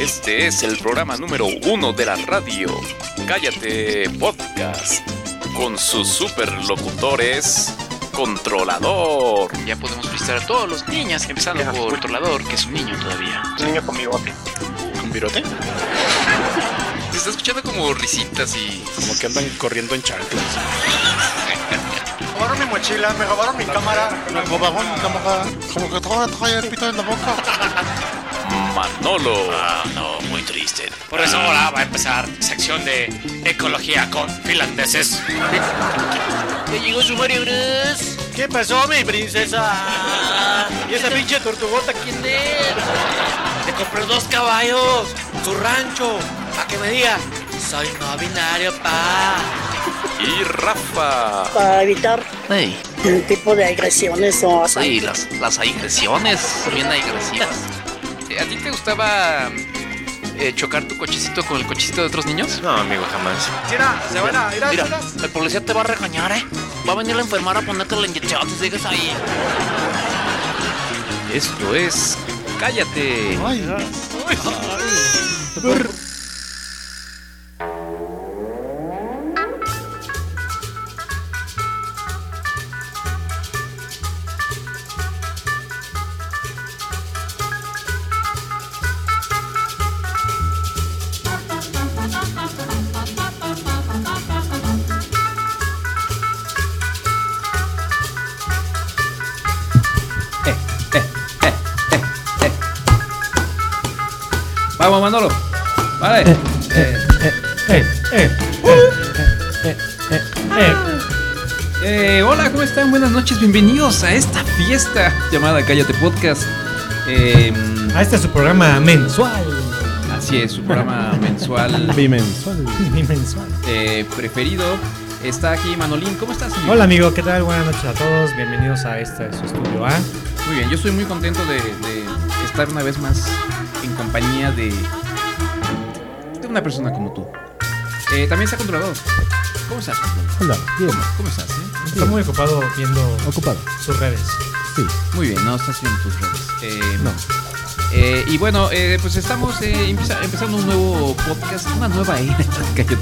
Este es el programa número uno de la radio, Cállate Podcast, con sus superlocutores, Controlador. Ya podemos visitar a todos los niñas, empezando por Controlador, que es un niño todavía. Un niño con bigote. ¿Un virote? Se está escuchando como risitas y... Como que andan corriendo en chanclas. Me robaron mi mochila, me robaron mi cámara. Me robaron mi cámara. Como que trae, trae el pito en la boca. Manolo. Ah, no, muy triste. Por eso ahora va a empezar sección de ecología con finlandeses. ¡Ya llegó su Mario Bros! ¿Qué pasó, mi princesa? ¿Y esa pinche tortugota quién es? Le compré dos caballos, su rancho, para que me diga, soy no binario, pa. Y Rafa. Para evitar Ey, un tipo de agresiones o así. sí, las, las agresiones, bien agresivas. Eh, ¿A ti te gustaba eh, chocar tu cochecito con el cochecito de otros niños? No, amigo, jamás. Mira, se van a ir a Ah, Mira, las- el policía te va a regañar, ¿eh? Va a venir la enfermera a ponerte la inyección si sigues ahí. Esto es Cállate. Vamos, Manolo. Vale. Eh, hola, ¿cómo están? Buenas noches, bienvenidos a esta fiesta llamada Cállate Podcast. Eh, Ah, este es su programa mensual. así es, su programa mensual Bimensual. Bimensual. eh, preferido. Está aquí Manolín, ¿cómo estás? amigo? Hola amigo, ¿qué tal? Buenas noches a todos. Bienvenidos a este su estudio A. Muy bien, yo estoy muy contento de, de estar una vez más en compañía de, de una persona como tú. Eh, también está controlado. ¿Cómo estás? Controlador? Hola, bien. ¿Cómo estás? eh? Está muy ocupado viendo Ocupado. sus redes. Muy bien, no estás viendo tus redes. Eh, no. Eh, y bueno, eh, pues estamos eh, empieza- empezando un nuevo podcast, una nueva era. Cállate.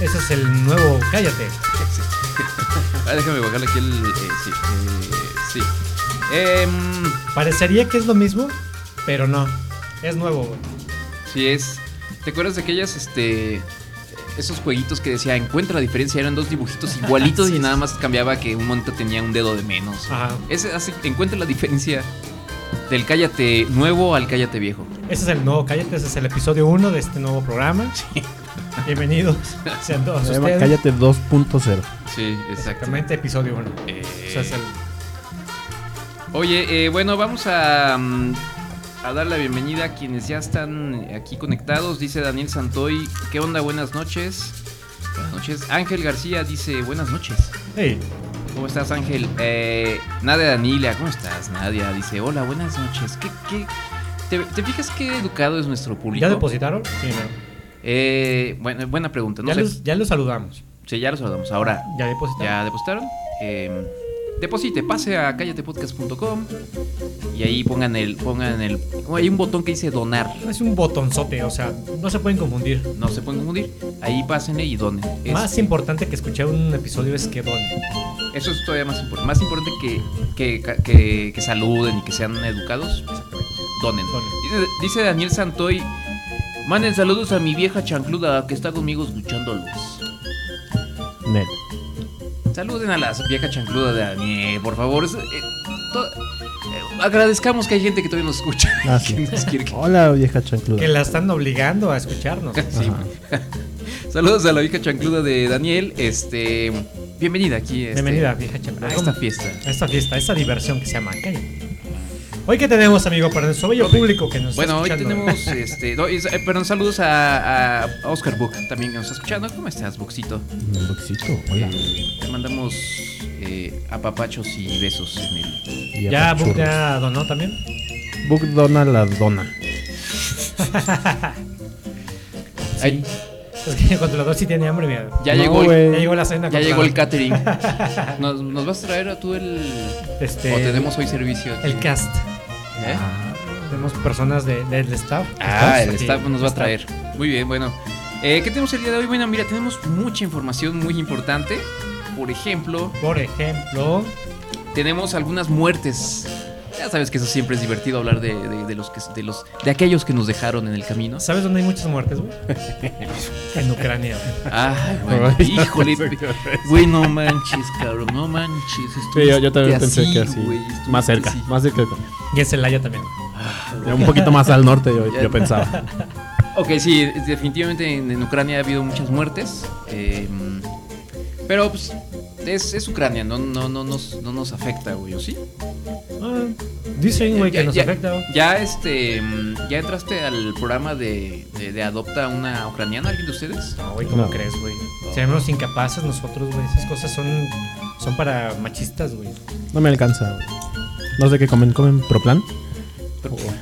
Ese es el nuevo Cállate. Ah, déjame bajarle aquí el... eh, sí, eh, sí. Em, Parecería que es lo mismo, pero no. Es nuevo, güey. Sí, es. ¿Te acuerdas de aquellas, este. Esos jueguitos que decía encuentra la diferencia? Eran dos dibujitos igualitos y nada más cambiaba que un monito tenía un dedo de menos. Ajá. Ese así, encuentra la diferencia del cállate nuevo al cállate viejo. Ese es el nuevo Cállate, ese es el episodio 1 de este nuevo programa. Bienvenidos sean todos Se llama ustedes. Cállate 2.0. Sí, exacto. Exactamente, episodio 1. Eh, es el Oye, eh, bueno, vamos a, mm, a dar la bienvenida a quienes ya están aquí conectados. Dice Daniel Santoy, ¿qué onda? Buenas noches. Buenas noches. Ángel García dice, buenas noches. Hey, ¿Cómo estás, Ángel? Eh, Nadia Danila, ¿cómo estás? Nadia dice, hola, buenas noches. ¿Qué, qué? ¿Te, te fijas qué educado es nuestro público? ¿Ya depositaron? Sí, no. Eh, bueno, buena pregunta. No ya, sé. los, ya los saludamos. Sí, ya los saludamos. Ahora, ¿Ya depositaron? ¿ya depositaron? Eh, deposite, pase a callatepodcast.com y ahí pongan el, pongan el... oh, hay un botón que dice donar. Es un botonzote, o sea, no se pueden confundir. No se pueden confundir. Ahí pásenle y donen. Es- Más importante que escuchar un episodio es que don. Eso es todavía más importante. Más importante que, que, que- que saluden y que sean educados. Donen. Donen. Dice, dice Daniel Santoy. Manden saludos a mi vieja chancluda que está conmigo escuchándolos. Nel. Saluden a la vieja chancluda de Daniel, por favor. Es- eh, to- eh, agradezcamos que hay gente que todavía nos escucha. Ah, sí. que nos quiere que- Hola, vieja chancluda. Que la están obligando a escucharnos. Sí. Saludos a la vieja chancluda de Daniel. Este, bienvenida aquí. este, Bienvenida, vieja a chancluda. esta fiesta. A esta fiesta, a esta diversión que se llama Calle. Hoy que tenemos, amigo, para nuestro bello público que nos Bueno, hoy está escuchando. tenemos, este, no, es- eh, perdón, saludos a, a- a Oscar Book, también que nos está escuchando. ¿Cómo estás, Buxito? Un boxito, hola. Eh, te mandamos eh, apapachos y besos en el... Y Ya, apachurros. Buck ya donó también. Buck dona la dona. Ay, Es que el controlador sí tiene hambre, mira. ya No, llegó, güey. el, Ya llegó la cena. ya llegó el controlador. catering. ¿Nos, nos vas a traer a tú el... Este, o tenemos hoy servicio? aquí? El cast. ¿Eh? Tenemos personas de- de- del staff. Ah, el Aquí. staff nos va a traer. Muy bien, bueno. Eh, ¿Qué tenemos el día de hoy? Bueno, mira, tenemos mucha información muy importante. Por ejemplo. Por ejemplo. Tenemos algunas muertes. Ya sabes que eso siempre es divertido hablar de, de- de los que de los de aquellos que nos dejaron en el camino. ¿Sabes dónde hay muchas muertes, güey? en Ucrania. Ay, Ah, bueno, híjole. Güey, no manches, cabrón, no manches. Sí, yo, yo también estuviste pensé que así. güey, más cerca, más cerca. Y en Celaya también. Ya Un poquito más al norte, yo, Ya. yo pensaba. Ok, sí, definitivamente en, en Ucrania ha habido muchas muertes. eh, pero pues es, es Ucrania, no, no, no, nos, no nos afecta, güey, ¿o sí? Eh, Ah, dicen, güey, que nos ya, afecta. güey. Ya, este, mm, ¿ya entraste al programa de, de- de Adopta una Ucraniana, alguien de ustedes? No, güey, ¿cómo crees, güey? Seremos incapaces nosotros, güey. Esas cosas son, son para machistas, güey. No me alcanza, güey. No sé qué comen, comen proplan.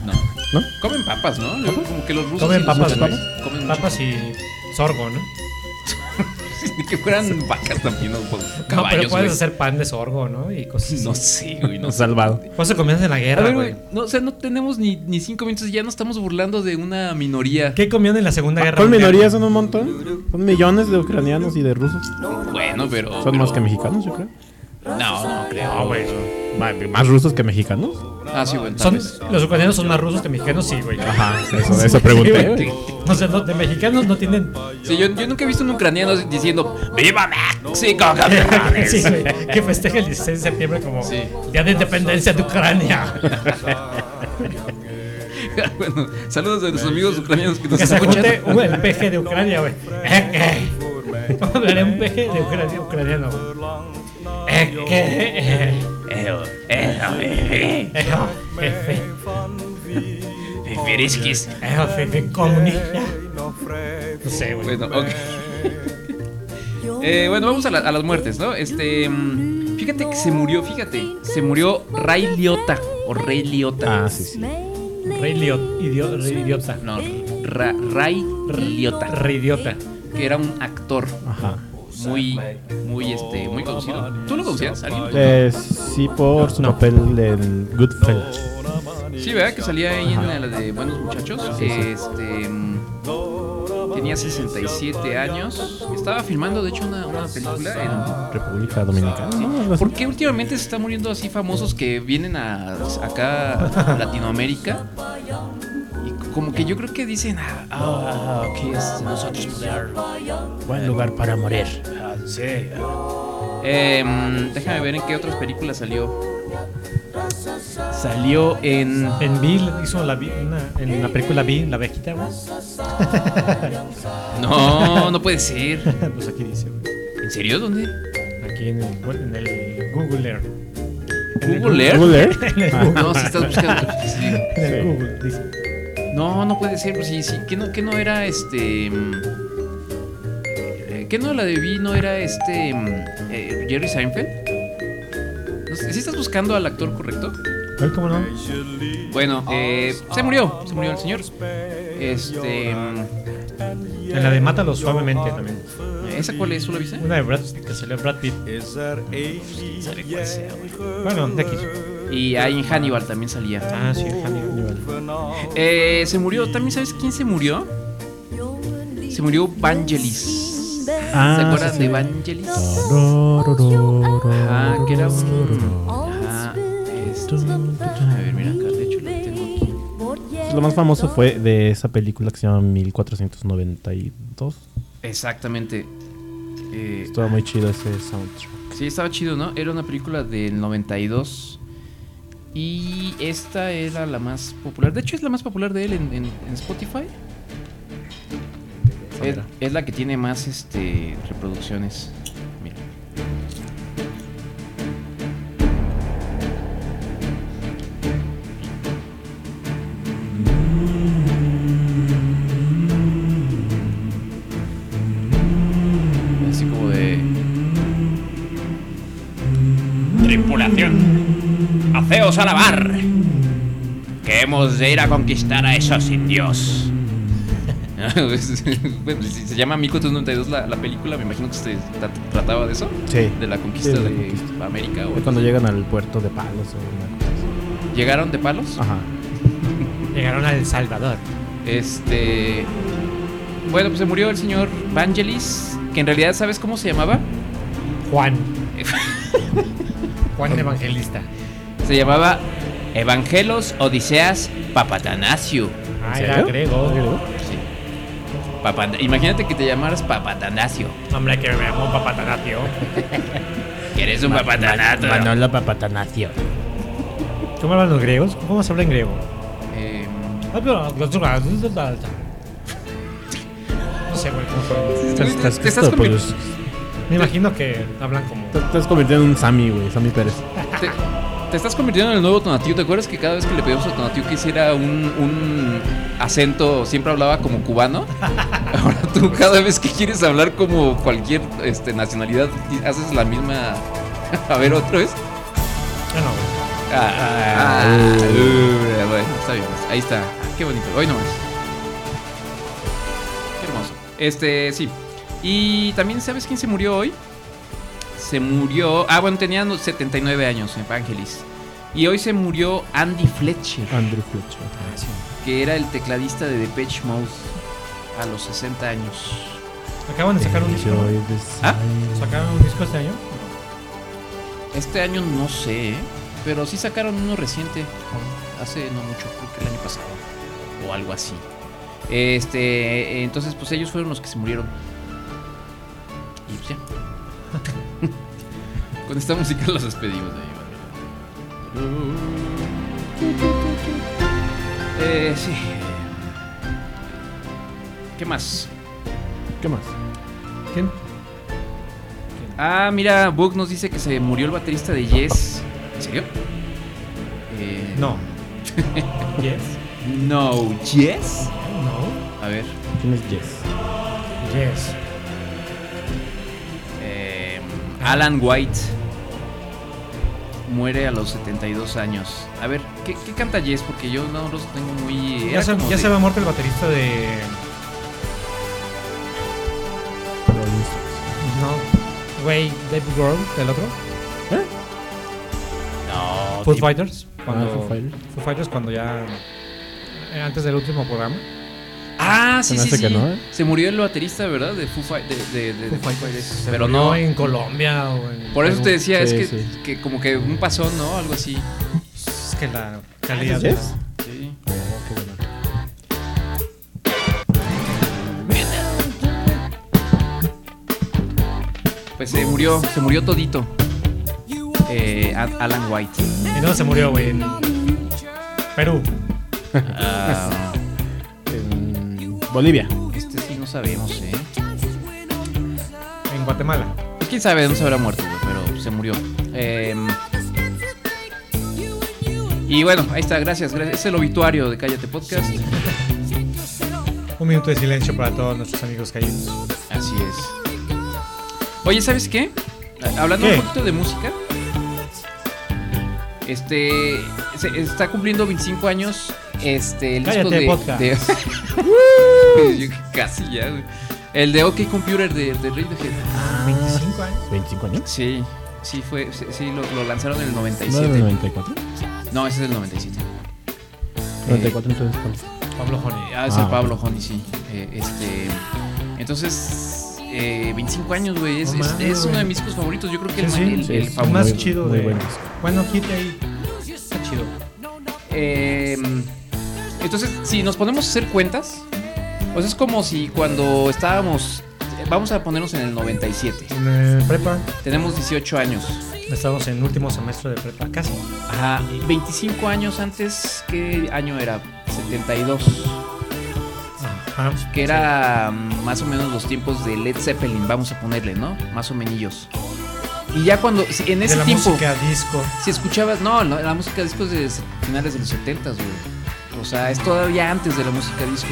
No. ¿No? Comen papas, ¿no? Luego Como que los rusos Oh. Comen y los papas, ucranianos güey. comen mucho. Papas y sorgo, ¿no? Ni que fueran vacas también, no, pues, no, pero caballos, puedes güey. hacer pan de sorgo, ¿no? Y cosas No sé, güey, no sé. Salvado. Pues se comían en la A guerra, ver, güey. güey, no, o sea, no tenemos ni, ni cinco minutos y ya nos estamos burlando de una minoría. ¿Qué comían en la Segunda Guerra Son Mundial? minorías, son un montón. Son millones de ucranianos y de rusos. Bueno, pero... Son más pero- que mexicanos, yo creo. No, no creo. No, güey. Ma- Más rusos que mexicanos. Ah, sí, bueno, tal Son- vez. los ucranianos son más rusos que mexicanos, sí, güey. Ajá, eso- eso pregunté, güey. O sea, los de mexicanos no tienen. Sí, yo, yo nunca he visto un ucraniano diciendo ¡Viva México, campeones! Sí, güey, que festeja el 16 de septiembre como Día de Independencia de Ucrania. bueno, saludos a nuestros amigos ucranianos que nos que se escuchan. junte un el peje de Ucrania, güey. Eh, eh. Hablaré un peje de Ucrania, ucraniano, güey. Eh, eh, eh. Eh, jefe. Veriskis. Eh, jefe comunista. No sé, güey. Bueno, ok. Eh, bueno, vamos a, la- a las muertes, ¿no? Este, mm, fíjate que se murió, fíjate, se murió Ray Liotta o Rey Liotta. Ah, sí, sí. Rey liot- idio- rey idiota. No, Ra- Ray Liotta. Rey idiota. Que era un actor Ajá. muy, muy, este, muy conocido. ¿Tú lo conocías? ¿Alguien? Eh, sí, por su papel en Goodfellas. Sí, ¿verdad? Que salía ahí Ajá. en la de Buenos Muchachos. Sí, sí. Este. mm, Tenía 67 años. Estaba filmando, de hecho, una, una película República Dominicana. en. ¿sí? ¿Por qué últimamente se están muriendo así famosos que vienen a, acá a Latinoamérica? Y como que yo creo que dicen, ah, ah, ah, ok, es de nosotros poder. Buen lugar para morir. sí. Em, déjame ver en qué otras películas salió. Salió en. En Bill hizo la, vi- una- en la película Bill, la vejita, güey. No, no puede ser. pues aquí dice, güey. ¿En serio? ¿Dónde? Aquí en el, web- en el Google Earth. ¿Google Earth? ¿Google Earth? En el Ah. Google. No, si estás buscando. sí. En el Google, dice. No, no puede ser. Pues sí, sí. ¿Qué no, qué no era este. mm, eh, ¿Qué no la de Vi no era este. mm, eh, Jerry Seinfeld? No sé, ¿Sí estás buscando al actor correcto? Ay, ¿Cómo no? Bueno, eh, se murió. Se murió el señor. Este. mm, En la de Mátalo Suavemente también. ¿Esa cuál es? ¿Tú la viste? Una de Brad Pitt, que salió Brad Pitt. Sale cuál sea, güey. Bueno, de aquí. Y ahí en Hannibal también salía. Ah, sí, Hannibal. Eh, se murió. ¿También sabes quién se murió? Se murió Vangelis. Ah, ¿Se acuerdan sí, de sí. Vangelis? Ah, Ah, que era un. Ah, este. A ver, mira acá, de hecho lo tengo aquí. Lo más famoso fue de esa película que se llama 1492. Exactamente. Eh, Estuvo muy chido ese soundtrack. sí, estaba chido, ¿no? Era una película del 92. Y esta era la más popular. De hecho, es la más popular de él en, en- en Spotify. Es, es la que tiene más este, reproducciones. Mira. Así como de. Tripulación. Haceos a la barra. Que hemos de ir a conquistar a esos indios. Bueno, si se llama 1492 la, la película, me imagino que se tra- trataba de eso. Sí. De la conquista Sí, de la de conquista. América. o- Fue cuando llegan al puerto de Palos o una cosa así. ¿Llegaron de palos? Ajá. Llegaron a El Salvador. Este. Bueno, pues se murió el señor Vangelis, que en realidad, ¿sabes cómo se llamaba? Juan. Juan Evangelista. Se llamaba Evangelos Odiseas Papatanasio. Ah, era griego. Sí. Papan- Imagínate que te llamaras Papatanasio. Hombre, que me llamo Papatanacio. Que eres un papatanato. Manolo Papatanacio. ¿Cómo hablan los griegos? ¿Cómo se habla en griego? Ah, Eh, No sé, güey, cómo fue. Estás- estás Te estás convi- Christopoulos. Me imagino que hablan como. Te estás convirtiendo en un Sammy, güey. Sammy Pérez. te, te estás convirtiendo en el nuevo Tonatiu. ¿Te acuerdas que cada vez que le pedimos a Tonatiu que hiciera un, un acento, siempre hablaba como cubano? Ahora tú cada vez que quieres hablar como cualquier este, nacionalidad, y haces la misma... A ver, otro es... Ah, no. Ah, ah, uh, bueno, está bien. pues, Ahí está. Qué bonito. Hoy no es. Qué hermoso. Este, sí. Y también, ¿sabes quién se murió hoy? Se murió. Ah, bueno, tenía 79 años, Evangelis. Y hoy se murió Andy Fletcher, Andrew Fletcher. que era el tecladista de Depeche Mode a los 60 años. Acaban de sacar un disco. ¿no? Enjoy the ¿Ah? ¿Sacaron un disco este año? Este año no sé, ¿eh? pero sí sacaron uno reciente, hace no mucho, creo que el año pasado, o algo así. Este, entonces pues ellos fueron los que se murieron. Y pues ya. Con esta música los despedimos de Eh, sí. ¿Qué más? ¿Qué más? ¿Quién? Ah, mira, Bug nos dice que se murió el baterista de Yes. ¿En serio? Eh, No. Yes. No, Yes. No. A ver. ¿Quién es Jess? Yes. eh, Alan White muere a los 72 años. A ver, ¿qué, qué canta Yes? Porque yo no los tengo muy. Ya, era se, como ya de- se había muerto el baterista de. No. Güey, David Grohl, del otro. ¿Eh? No. Foo tipo- Fighters. Cuando, Foo Fighters. Ah, Foo Fighters cuando ya. eh, Antes del último programa. Ah, Se sí, me sí, hace que sí. no, ¿eh? Se murió el baterista, ¿verdad? De Foo Fi- de- de- de- de Foo Fighters. Se Pero murió no. en Colombia o en. Por eso Perú. te decía, es Sí, que, sí. que como que un pasón, ¿no? Algo así. Es que la calidad. ¿Yes? de- Sí. Pues se murió, se murió todito. Eh, Ad- Alan White. ¿En dónde se murió, güey? En Perú. Ah, En Bolivia. este sí no sabemos, ¿eh? En Guatemala. Pues quién sabe dónde se habrá muerto, güey, pero se murió. Eh, y bueno, ahí está, gracias, gracias. Es el obituario de Cállate Podcast. Un minuto de silencio para todos nuestros amigos caídos. Así es. Oye, ¿sabes qué? Ah, Hablando ¿Qué? un poquito de música. Este se- está cumpliendo 25 años este el Cállate, disco podcast. de, de- Yo casi ya. güey. El de OK Computer de, de Radiohead. Ah. 25 años. ¿25 años? Sí, sí fue sí, sí, lo, lo lanzaron en el ¿No era 97. del 94? No, ese es el 97. 94 entonces. ¿cuál? Pablo Joni. Ah, es el Ah, Pablo Honey, sí. Eh, este, entonces, eh, 25 años, güey. Es, No es- mames, es uno de güey. mis discos favoritos. Yo creo que Sí, el, sí, el- sí, el es favorito. más muy- chido muy de. buen disco. Bueno, quite ahí. Está chido. Eh, entonces, si nos ponemos a hacer cuentas, pues es como si cuando estábamos. Vamos a ponernos en el 97. En eh, prepa. Tenemos 18 años. Estamos en último semestre de prepa, casi. Ajá. 25 años antes, ¿qué año era? 72. Ajá. Que era mm, más o menos los tiempos de Led Zeppelin, vamos a ponerle, ¿no? Más o menos. Y ya cuando. si- En ese de la tiempo. música disco. Si escuchabas, no, la, la música disco es de s- finales de los 70 güey. O sea, es todavía antes de la música disco.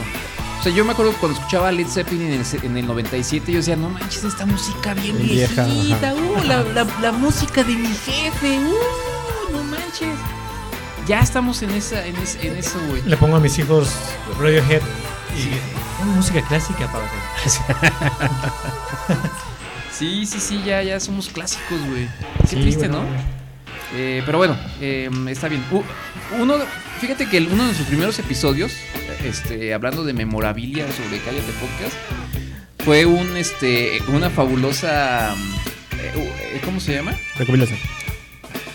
O sea, yo me acuerdo que cuando escuchaba Led Zeppelin en el, se- en el 97, yo decía, no manches, esta música bien Bien vieja, viejita, ajá. uh, la, la- la música de mi jefe, uh, no manches. Ya estamos en esa, en, es- en eso, güey. Le pongo a mis hijos Radiohead y Una música clásica, Pablo. Sí, sí, sí, ya, ya somos clásicos, güey. Qué Sí, triste, bueno, ¿no? Eh, pero bueno, eh, está bien. U- uno, Fíjate que el- uno de sus primeros episodios, este, hablando de memorabilia sobre Cállate Podcast, fue un, este, una fabulosa... mm, eh, ¿Cómo se llama? Recopilación.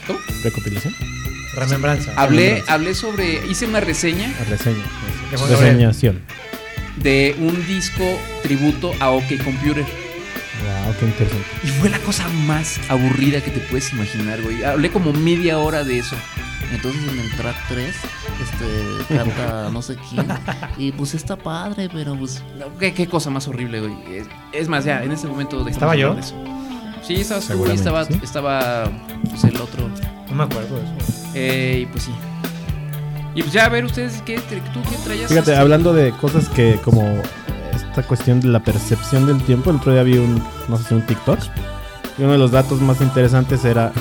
¿Cómo? Recopilación. Remembranza. Hablé, hablé sobre... Hice una reseña Reseña. Que fue Reseñación. de un disco tributo a OK Computer. Wow, qué Ah, interesante. Y fue la cosa más aburrida que te puedes imaginar, güey. Hablé como media hora de eso. Entonces en el track 3, este, canta no sé quién. Y pues está padre, pero pues. No, ¿Qué, qué cosa más horrible, güey? Es, es más, ya, en este momento dejamos ¿Estaba yo? hablar de eso. Sí, estabas tú y Seguramente, estaba, ¿sí? estaba pues, el otro. No me acuerdo de eso. Eh, y pues sí. Y pues ya, a ver, ustedes, ¿qué, tra- ¿tú qué traías? Fíjate, Este, hablando de cosas que como esta cuestión de la percepción del tiempo, el otro día vi un, no sé si un TikTok, y uno de los datos más interesantes era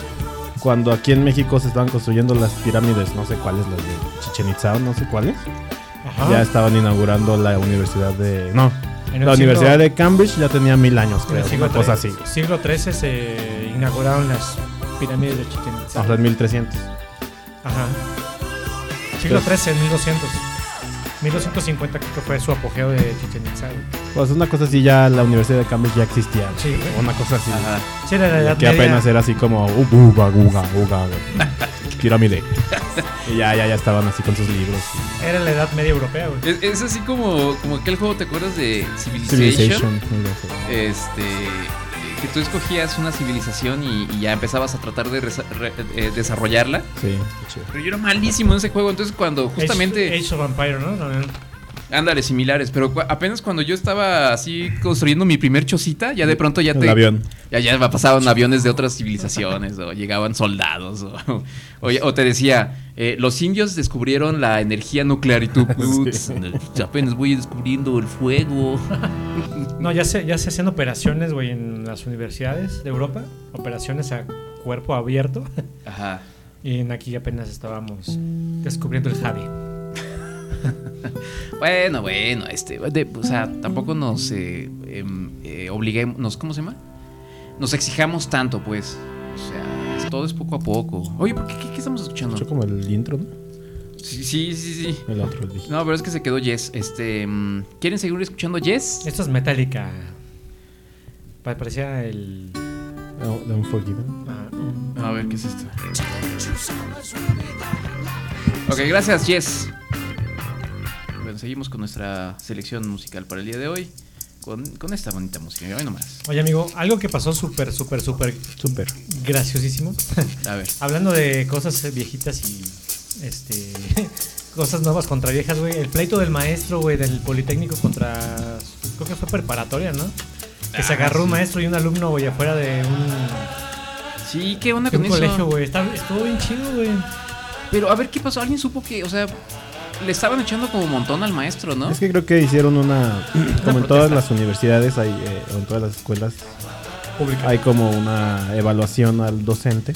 cuando aquí en México se estaban construyendo las pirámides, no sé cuáles, las de Chichen Itza o no sé cuáles, Ajá. ya estaban inaugurando la universidad de... No, En el la siglo- Universidad de Cambridge ya tenía mil años, En el creo, siglo una cosa así. XIII siglo XIII se inauguraron las pirámides de Chichen Itza. O sea, en 1300. Ajá. Siglo Entonces- XIII, 1200. 1250 creo que fue su apogeo de Chichen Itza. güey. Pues una cosa así ya la Universidad de Cambridge ya existía. ¿no? Sí, güey. Una cosa así. Sí, era la Edad que Media. apenas era así como "Uh, uga, uga, uga, uga". pirámide. Y ya, ya, ya estaban así con sus libros. Era la Edad Media Europea, güey. Es, es así como, como aquel juego, ¿te acuerdas de Civilization? Civilization. algo así. Este, que tú escogías una civilización y, y ya empezabas a tratar de resa- re- eh, desarrollarla. Sí, Pero yo era malísimo en ese juego, entonces cuando justamente... Age, Age of Empire, ¿no? También. Ándale, similares, pero cu- apenas cuando yo estaba así construyendo mi primer chocita, ya de pronto ya El te... avión. Ya, ya pasaban aviones de otras civilizaciones, o llegaban soldados, o, o- o te decía, eh, los indios descubrieron la energía nuclear y tú, "Uts, apenas voy descubriendo el fuego. No, ya se, ya se hacían operaciones, güey, en las universidades de Europa. Operaciones a cuerpo abierto. Ajá. Y en aquí apenas estábamos descubriendo el Javi. Bueno, bueno, este, de- o sea, tampoco nos eh, em, eh, obliguemos, nos- ¿cómo se llama? Nos exijamos tanto, pues. O sea, es- todo es poco a poco. Oye, ¿por qué, qué- qué estamos escuchando? Escuchó como el intro, ¿no? Sí, sí, sí, sí. El otro dije. No, pero es que se quedó Yes. Este, mm, ¿quieren seguir escuchando Yes? Esto es Metallica. Pa- Parecía el. Ah, Oh, The Unforgiven. A ver, ¿qué es esto? Ok, gracias Yes. Bueno, seguimos con nuestra selección musical para el día de hoy. Con, con esta bonita música. Hoy nomás. Oye, amigo, algo que pasó súper, súper, súper. Súper. Graciosísimo. A ver. Hablando de cosas eh, viejitas y. Este. cosas nuevas contra viejas, güey. El pleito del maestro, güey, del Politécnico contra. Creo que fue preparatoria, ¿no? Que se Ah, agarró un sí. Ah, maestro y un alumno, güey, afuera de un. Sí, ¿qué onda de con un eso? colegio, güey. Está- Estuvo bien chido, güey. Pero a ver, ¿qué pasó? Alguien supo que, o sea, le estaban echando como un montón al maestro, ¿no? Es que creo que hicieron una. Como en todas las universidades, hay, eh, o en todas las escuelas, Pública. hay como una evaluación al docente.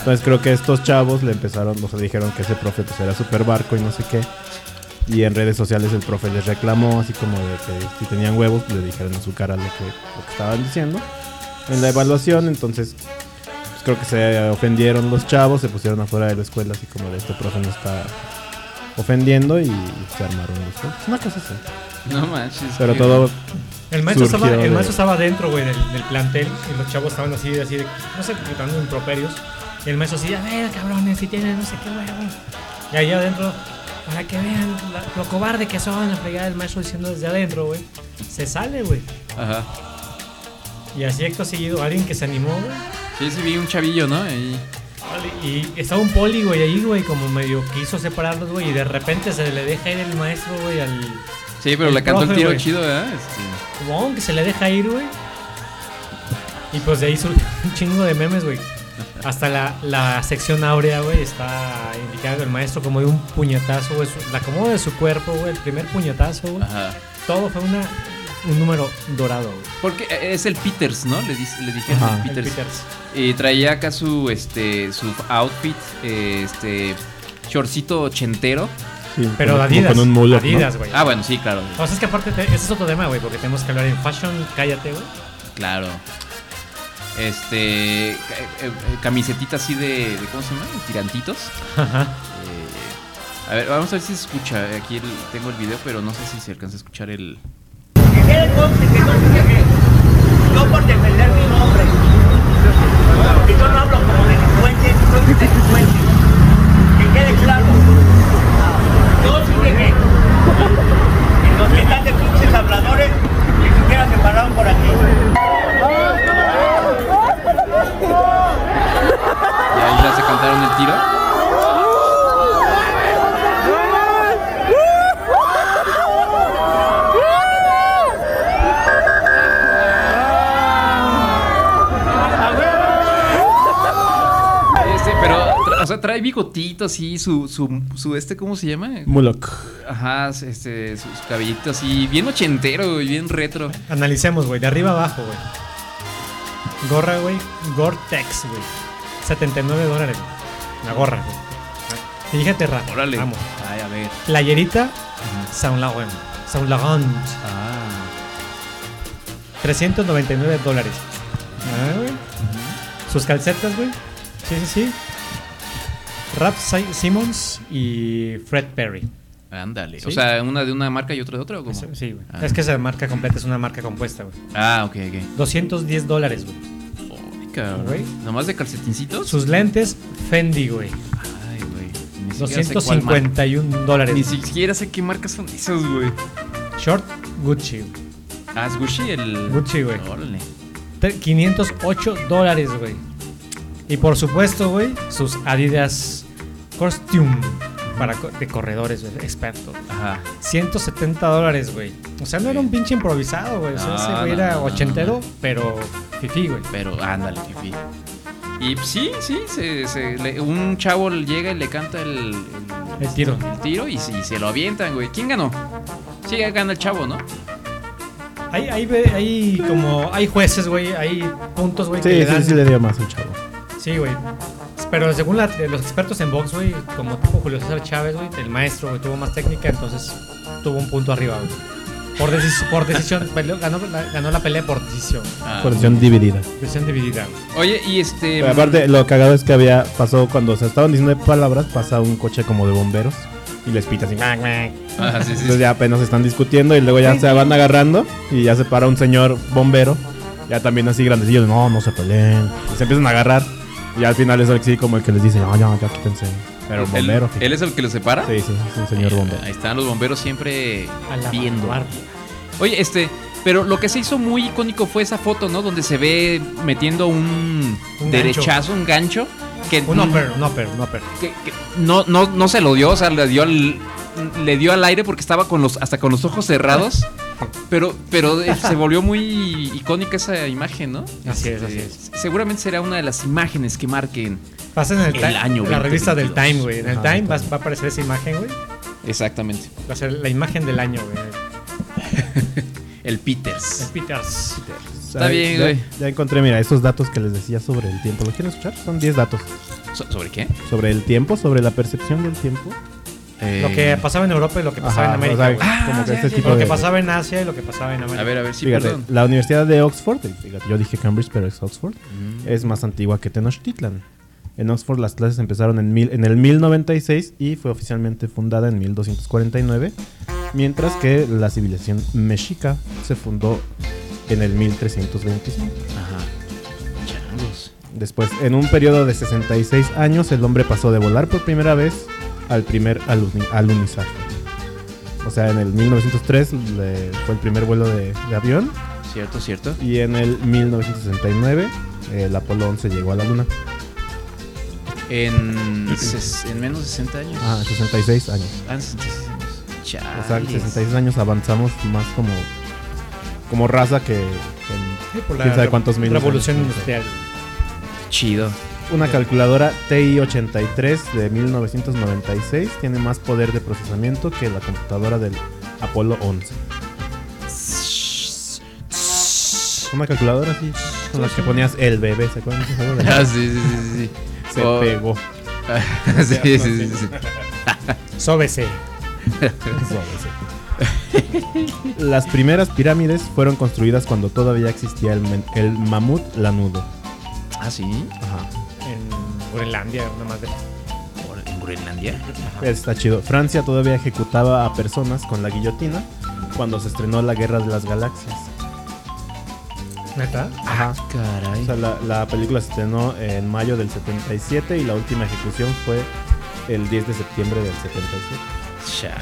Entonces creo que estos chavos le empezaron, o sea, dijeron que ese profe pues, era super barco y no sé qué. Y en redes sociales el profe les reclamó, así como de que si tenían huevos, le dijeron en su cara lo que, lo que estaban diciendo en la evaluación. Entonces pues, creo que se ofendieron los chavos, se pusieron afuera de la escuela, así como de este profe no está ofendiendo y se armaron los juegos. Una cosa así. No manches, Pero qué- todo. El maestro, estaba, surgió el de- maestro estaba dentro, güey, del, del plantel. Y los chavos estaban así, así de, no sé, gritando improperios. Y el maestro así, a ver, cabrones, si tienen no sé qué huevos. Y allá adentro, para que vean la- lo cobarde que son, la fregada del maestro diciendo desde adentro, güey. Se sale, güey. Ajá. Y así acto seguido, alguien que se animó, güey. Sí, sí, vi un chavillo, ¿no? Ahí. Y estaba un poli, güey, ahí, güey, como medio quiso separarlos, güey. Y de repente se le deja ir el maestro, güey, al. Sí, pero al le cantó el profe, tiro güey. chido, ¿verdad? Este, Como que se le deja ir, güey. Y pues de ahí surgió un chingo de memes, güey. Hasta la, la sección áurea, güey, está indicada que el maestro como de un puñetazo, güey. su- La acomodo de su cuerpo, güey. El primer puñetazo, Ah. güey. Todo fue una, un número dorado, güey. Porque e, es el Peters, ¿no? Le, dis- le dijeron Ajá. el Peters. El Peters. Y traía acá su, este, su outfit, eh, este, shortcito ochentero. Sí, Pero como- Adidas, como con un mullet, ¿no? Adidas, güey. Ah, bueno, sí, claro, O sea, es que aparte, te- ese es otro tema, güey, porque tenemos que hablar en fashion, cállate, güey. claro. Este, eh, eh, camisetita así de, de, ¿cómo se llama? De tirantitos. Ajá. Eh, A ver, vamos a ver si se escucha. Aquí el- tengo el video, pero no sé si se alcanza a escuchar el. No por defender mi nombre. Que yo no hablo como delincuente, soy delincuente. Que quede claro. Yo sí llegué. En los que están de pinches habladores, ni siquiera se pararon por aquí. Y ahí ya se cantaron el tiro. Este, pero, tra- o sea, trae bigotito así, su, su, su este, ¿cómo se llama? Mulok. Ajá, este, su, su cabellito así, bien ochentero, güey, bien retro. Analicemos, güey, de arriba Ah. abajo, güey. Gorra, güey. Gore-Tex, güey. 79 dólares, güey. La gorra, güey. Fíjate, Ra. Ah. Órale. Vamos. Ay, a ver. Playerita, Saint Laurent. Saint Laurent. Ah. 399 dólares. Ah, güey. Sus calcetas, güey. Sí, sí, sí. Rap Si- Simmons y Fred Perry. Ándale. O Sí. sea, una de una marca y otra de otra, ¿o cómo? Sí, güey. Ah. Es que esa marca completa es una marca compuesta, güey. Ah, ok, ok. 210 dólares, güey. Cabrón. Güey. ¿Nomás de calcetincitos? Sus lentes Fendi, güey. Ay, güey. Ni siquiera sé cuál marca. 251 dólares. Ni siquiera sé qué marcas son esas, güey. Short Gucci. güey. Ah, es Gucci el. Gucci, güey. Órale. Te- 508 dólares, güey. Y por supuesto, güey, sus Adidas Costume para co- de corredores, güey, experto. Ajá. 170 dólares, güey. O sea, no era un pinche improvisado, güey. O sea, No, ese güey no, era no, no, ochentero, no. pero fifí, güey. Pero ándale, fifí. Y pues, sí, sí, se, se- le- un chavo le llega y le canta el, el, El tiro. el tiro y, se- y se lo avientan, güey. ¿Quién ganó? Sí, gana el chavo, ¿no? Hay, hay, ve- hay como, hay jueces, güey, hay puntos, güey, que Sí, le sí, dan. sí le dio más al chavo. Sí, güey. Pero según la- los expertos en box, güey, como tipo Julio César Chávez, güey, el maestro, güey, tuvo más técnica, entonces tuvo un punto arriba, güey. Por, deci- por decisión, peleó- ganó, la, ganó la pelea por decisión. Ah. Por decisión dividida. Decisión dividida, güey. Oye, y este. Pero aparte, lo cagado es que había pasó cuando se estaban diciendo palabras, pasa un coche como de bomberos y les pita así. "Mac, mac". Ah, sí, sí, Entonces ya apenas están discutiendo y luego ya se van agarrando y ya se para un señor bombero, ya también así grandecillo, no, no se peleen. Y se empiezan a agarrar y al final es así como el que les dice, no, no, ya quítense. Pero el ¿Él- bombero. ¿Él, es el que lo separa? Sí, sí, es un señor bombero. Ahí están los bomberos siempre A la viendo. vanguardia. Oye, este, pero lo que se hizo muy icónico fue esa foto, ¿no? Donde se ve metiendo un, Un derechazo, un gancho. Que Un upper, un upper, un upper. que- que no, no, no se lo dio, o sea, le dio al, le dio al aire porque estaba con los, hasta con los ojos cerrados. Pero, pero eh, se volvió muy icónica esa imagen, ¿no? Así es, así es. Seguramente será una de las imágenes que marquen Pasa en el, Time- año. La revista del 2022. Time, güey. En el Ajá, Time va, va a aparecer esa imagen, güey. Exactamente. Va a ser la imagen del año, güey. El Peters. El Peters. Está bien, ya, güey. ya encontré, mira, esos datos que les decía sobre el tiempo. ¿Lo quieren escuchar? Son 10 datos. So- ¿Sobre qué? Sobre el tiempo, sobre la percepción del tiempo. Lo que pasaba en Europa y lo que pasaba Ajá, en América. o sea, güey. Ah, como que este tipo lo que de- pasaba en Asia y lo que pasaba en América. A ver, a ver, sí, Fíjate, perdón. la Universidad de Oxford, fíjate, yo dije Cambridge, pero es Oxford, Mm. es más antigua que Tenochtitlan. En Oxford las clases empezaron en, mil- en el 1096 y fue oficialmente fundada en 1249, mientras que la civilización mexica se fundó en el 1325. Después, en un periodo de 66 años, el hombre pasó de volar por primera vez al primer aluni- alunizaje. O sea, en el 1903 le- fue el primer vuelo de- de avión Cierto, cierto. y en el 1969, eh, el Apolo 11 llegó a la Luna. En, ses- en menos de 60 años. Ah, 66 años. Ah, en 66 años. O sea, en Chales. 66 años avanzamos más como, como raza que, que en Sí, por la quién sabe cuántos mil revolución años. industrial. Chido. Una calculadora TI-83 de 1996 tiene más poder de procesamiento que la computadora del Apolo 11. Una calculadora así, con la que ponías el bebé, ¿se acuerdan? de ese juego de- Ah, sí, sí, sí, sí, sí. Se Oh. pegó. sí, sí, sí, sí. Sóbese. Las primeras pirámides fueron construidas cuando todavía existía el, men- el mamut lanudo. Ah, sí. Ajá. En Groenlandia, una madre. En Groenlandia. Está chido. Francia todavía ejecutaba a personas con la guillotina cuando se estrenó la Guerra de las Galaxias. ¿Neta? Ajá. O sea, la, la película se estrenó en mayo del 77 y la última ejecución fue el 10 de septiembre del 77.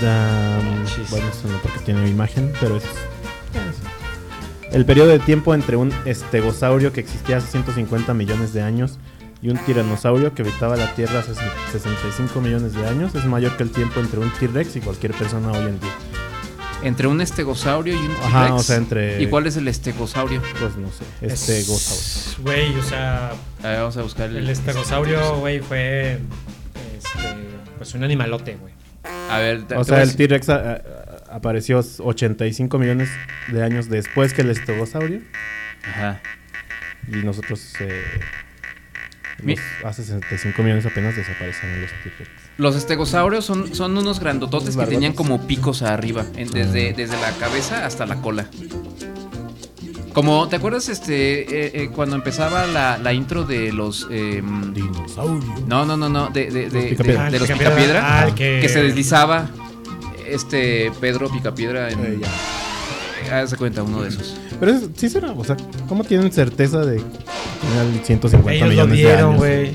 Dam- bueno, eso no porque tiene imagen, pero es. El periodo de tiempo entre un estegosaurio que existía hace 150 millones de años y un tiranosaurio que habitaba la Tierra hace 65 millones de años es mayor que el tiempo entre un T-Rex y cualquier persona hoy en día. Entre un estegosaurio y un Ajá, T-Rex. o sea, entre- ¿Y cuál es el estegosaurio? Pues no sé, estegosaurio. Güey, o sea. A ver, vamos a buscar el- El estegosaurio, güey, fue. Este, pues un animalote, güey. A ver, te- O te voy sea, a el decir- T-Rex a- a- apareció 85 millones de años después que el estegosaurio. Ajá. Y nosotros eh, Mi- los- hace 65 millones apenas desaparecen los T-Rex. Los estegosaurios son, son unos grandototes que Barbotes. tenían como picos arriba, en- Ah. desde, desde la cabeza hasta la cola. Como, ¿te acuerdas este eh, eh, cuando empezaba la, la intro de los em, dinosaurios? No, no, no, no, de, de, de- de- de Picapiedra. Ah, el los Picapiedra. picapiedra Ah, el que- que se deslizaba este Pedro Picapiedra en Eh, haz de cuenta uno de esos. Pero es- sí será, o sea, ¿cómo tienen certeza de que eran 150 Ellos lo millones de dieron, años? güey.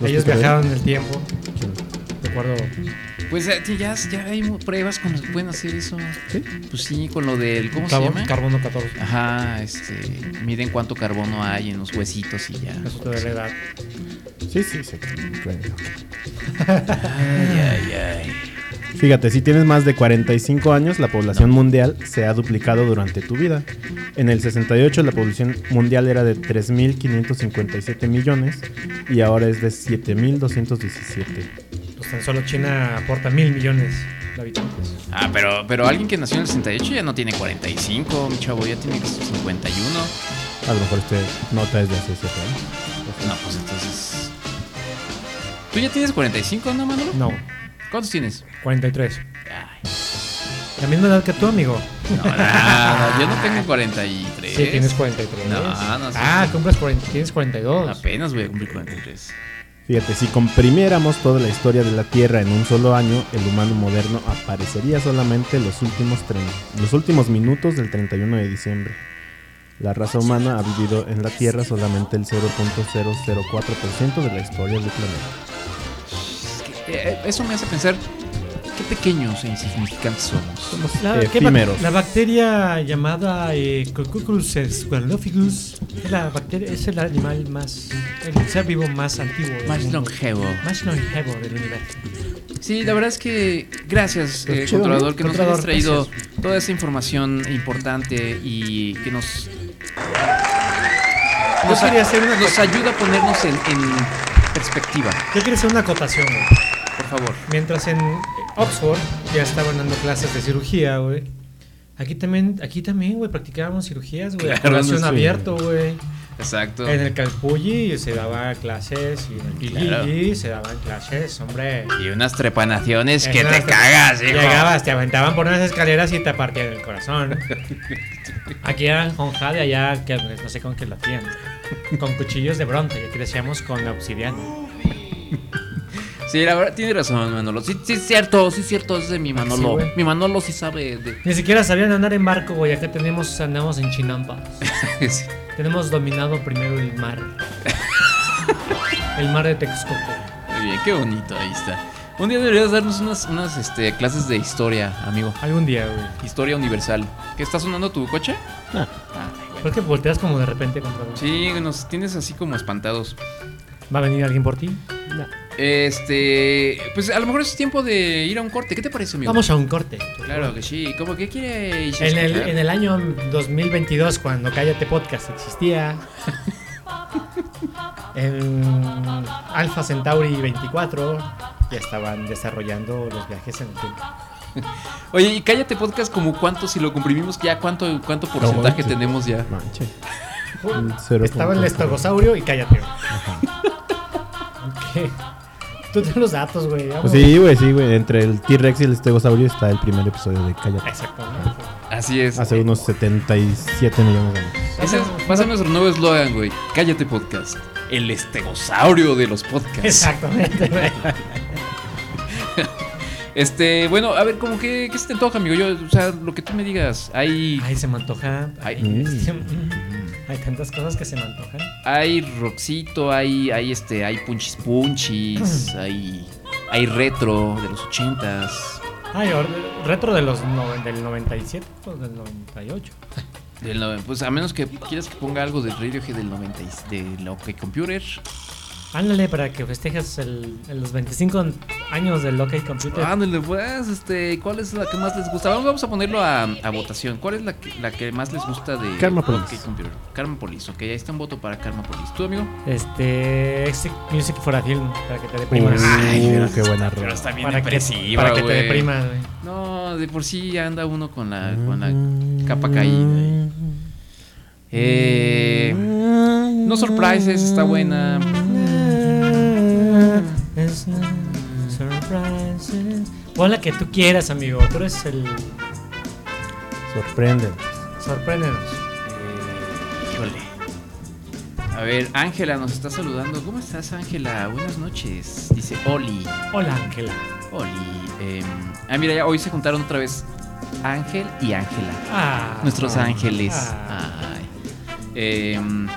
Los Ellos picapiedra. viajaron en el tiempo. Recuerdo. Pues eh, ya, ya hay mu- pruebas con los que pueden hacer eso. Pues sí, con lo del. ¿Cómo Carbono- se llama? carbono 14. Ajá, este. Miden cuánto carbono hay en los huesitos y ya. Eso te da la edad. Sí, sí, sí. Ay, ay, ay. Fíjate, si tienes más de 45 años, la población mundial se ha duplicado durante tu vida. En el 68 la población mundial era de 3.557 millones y ahora es de 7.217. Pues tan solo China aporta mil millones de habitantes. Ah, pero, pero alguien que nació en el 68 ya no tiene 45, mi chavo, ya tiene 51. A lo mejor esta nota es de hace 7 años. No, pues entonces. ¿Tú ya tienes 45, no, Manolo? No. ¿Cuántos tienes? 43. La misma edad que tú, amigo. No, nada, yo no tengo 43. Sí, tienes 43. No, no sé. Ah, compras 40, tienes 42. Apenas voy a cumplir 43. Fíjate, si comprimiéramos toda la historia de la Tierra en un solo año, el humano moderno aparecería solamente los últimos, tren- los últimos minutos del 31 de diciembre. La raza humana ha vivido en la Tierra solamente el 0.004% de la historia del planeta. Eh, eso me hace pensar qué pequeños e insignificantes somos. Somos La, ¿qué efímeros. bac- la bacteria llamada eh, Coccoculus esquerophilus es la bacteria es el animal más el ser vivo más antiguo del Más mundo. longevo. más longevo del universo. Sí, la verdad es que gracias, Pues eh, chido, controlador, ¿no? que nos Controlador, hayas traído toda esa información importante y que nos. Nos, Yo quería hacer una nos ayuda a ponernos en, en perspectiva, Yo quiero hacer una acotación. güey. por favor. Mientras en eh, Oxford ya estaban dando clases de cirugía, güey. Aquí también, aquí también, güey, practicábamos cirugías, güey. a Claro, corazón sí. abierto, güey. Exacto. En el Calpulli se daban clases y en el Piligi Claro. se daban clases, hombre. Y unas trepanaciones que Esas- te cagas, hijo. Llegabas, te aventaban por unas escaleras y te partían el corazón. Aquí eran con jade, allá que pues, no sé con qué lo hacían. Con cuchillos de bronce, y aquí decíamos con la obsidiana. Sí, la verdad, tiene razón, Manolo. Sí, sí, es cierto, sí, es cierto, es de mi Ah, sí, Manolo. güey. mi Manolo sí sabe de. Ni siquiera sabían andar en barco, güey. Acá tenemos, andamos en chinampas. Sí. Tenemos dominado primero el mar. El mar de Texcoco. Muy bien, qué bonito, ahí está. Un día deberías darnos unas, unas este, clases de historia, amigo. Algún día, güey. Historia universal. ¿Qué está sonando tu coche? No. ¿Por qué volteas como de repente contra mí? Sí, nos tienes así como espantados. ¿Va a venir alguien por ti? Este, pues a lo mejor es tiempo de ir a un corte. ¿Qué te parece, amigo? Vamos a un corte. Claro que sí. ¿Cómo que quieres? En el, escuchar? en el año 2022, cuando Cállate Podcast existía, en Alpha Centauri 24 ya estaban desarrollando los viajes en el tiempo. Oye, y cállate podcast como cuánto si lo comprimimos ya cuánto cuánto porcentaje manches. tenemos ya. Manche. Estaba el estegosaurio y Cállate. Ok. Tú tienes los datos, güey. vamos. Pues sí, güey, sí, güey. Entre el T-Rex y el estegosaurio está el primer episodio de Cállate. Exactamente. Así es. Hace unos 77 millones de años. Ese es, va a ser nuestro nuevo eslogan, güey. Cállate podcast. El estegosaurio de los podcasts. Exactamente, güey. Este, bueno, a ver, como que, ¿qué se te antoja, amigo? Yo, o sea, lo que tú me digas, hay... Ay, se me antoja. Hay, Hay tantas cosas que se me antojan. hay rockcito, hay, hay este, hay punchis punchis, hay, hay retro de los ochentas, Ay, or- retro de los noven- del 97 o pues, del 98. del no- pues a menos que quieras que ponga algo de Radiohead del 90 y- de lo que Computer. Ándale para que festejes el, el- los 25 años del OK Computer. Ándale, pues, este, ¿cuál es la que más les gusta? Vamos, vamos a ponerlo a, a votación. ¿Cuál es la que, la que más les gusta de Karmapolis. Ok, Computer? Karmapolis, ok, ahí está un voto para Karmapolis. ¿Tú, amigo? Este, Exit Music for a Film, para que te deprimas. Ay, mira, qué buena rola. Para Pero está bien que- depresiva, Para que te güey. deprimas, güey. No, de por sí ya anda uno con la, con Mm. la capa caída. ahí. Eh, no surprises, está buena. It's not surprises. Pon la que tú quieras, amigo. Tú eres el. Sorprende. Sorpréndenos. Híjole. A ver, Ángela nos está saludando. ¿Cómo estás, Ángela? Buenas noches. Dice Oli. Hola, Ángela. Oli. em, ah, mira, ya hoy se juntaron otra vez Ángel y Ángela. Ah. Nuestros ángeles. Ah. Ay. Em,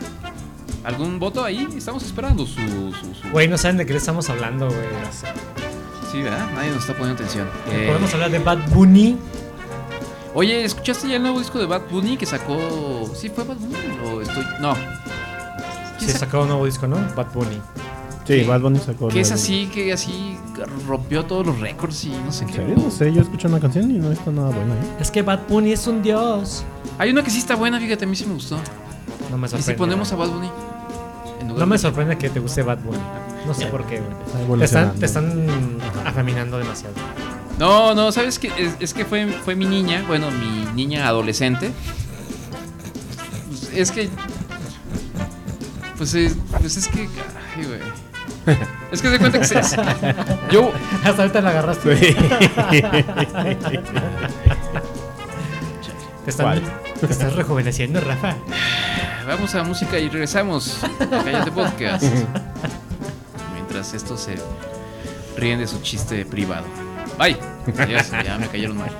¿Algún voto ahí? Estamos esperando su... su- su- Güey, no saben de qué le estamos hablando, güey. Sí, ¿verdad? Nadie nos está poniendo atención. Eh, Podemos hablar de Bad Bunny. Oye, ¿escuchaste ya el nuevo disco de Bad Bunny que sacó... ¿Sí fue Bad Bunny o estoy...? No. Se sacó un nuevo disco, ¿no? Bad Bunny. Sí, Bad Bunny sacó. Que es la- así, que así rompió todos los récords y no sé ¿En qué. serio? No sé, yo escuché una canción y no está nada buena, ¿eh? Es que Bad Bunny es un dios. Hay una que sí está buena, fíjate, a mí sí me gustó. No me ¿Y si sorprende. ponemos a Bad Bunny? En lugar No me de- sorprende que te guste Bad Bunny. No sé por qué, güey. Te están, evolucionando. te están afeminando demasiado. No, no, ¿sabes qué? Es, es que fue, fue mi niña, bueno, mi niña adolescente. Pues, Es que... Pues es, pues es que... Ay, güey. Es que se cuenta que se, yo... Hasta ahorita la agarraste. Sí. Te, están, te estás rejuveneciendo, Rafa. Vamos a música y regresamos. Cállate podcast. Mientras estos se ríen de su chiste privado. Bye. Adiós. Ya me cayeron mal.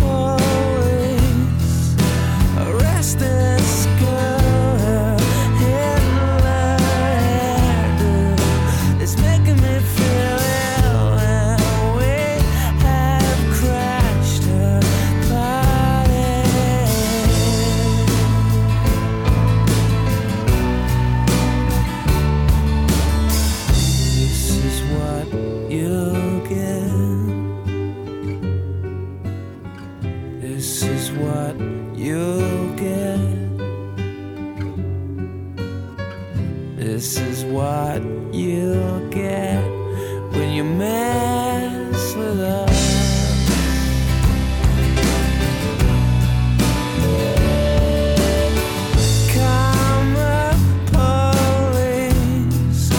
Poet a restless girl in London. It's making me feel ill, and we have crashed a party. This is what you get. This is what you get. This is what you get when you mess with us. Karma police.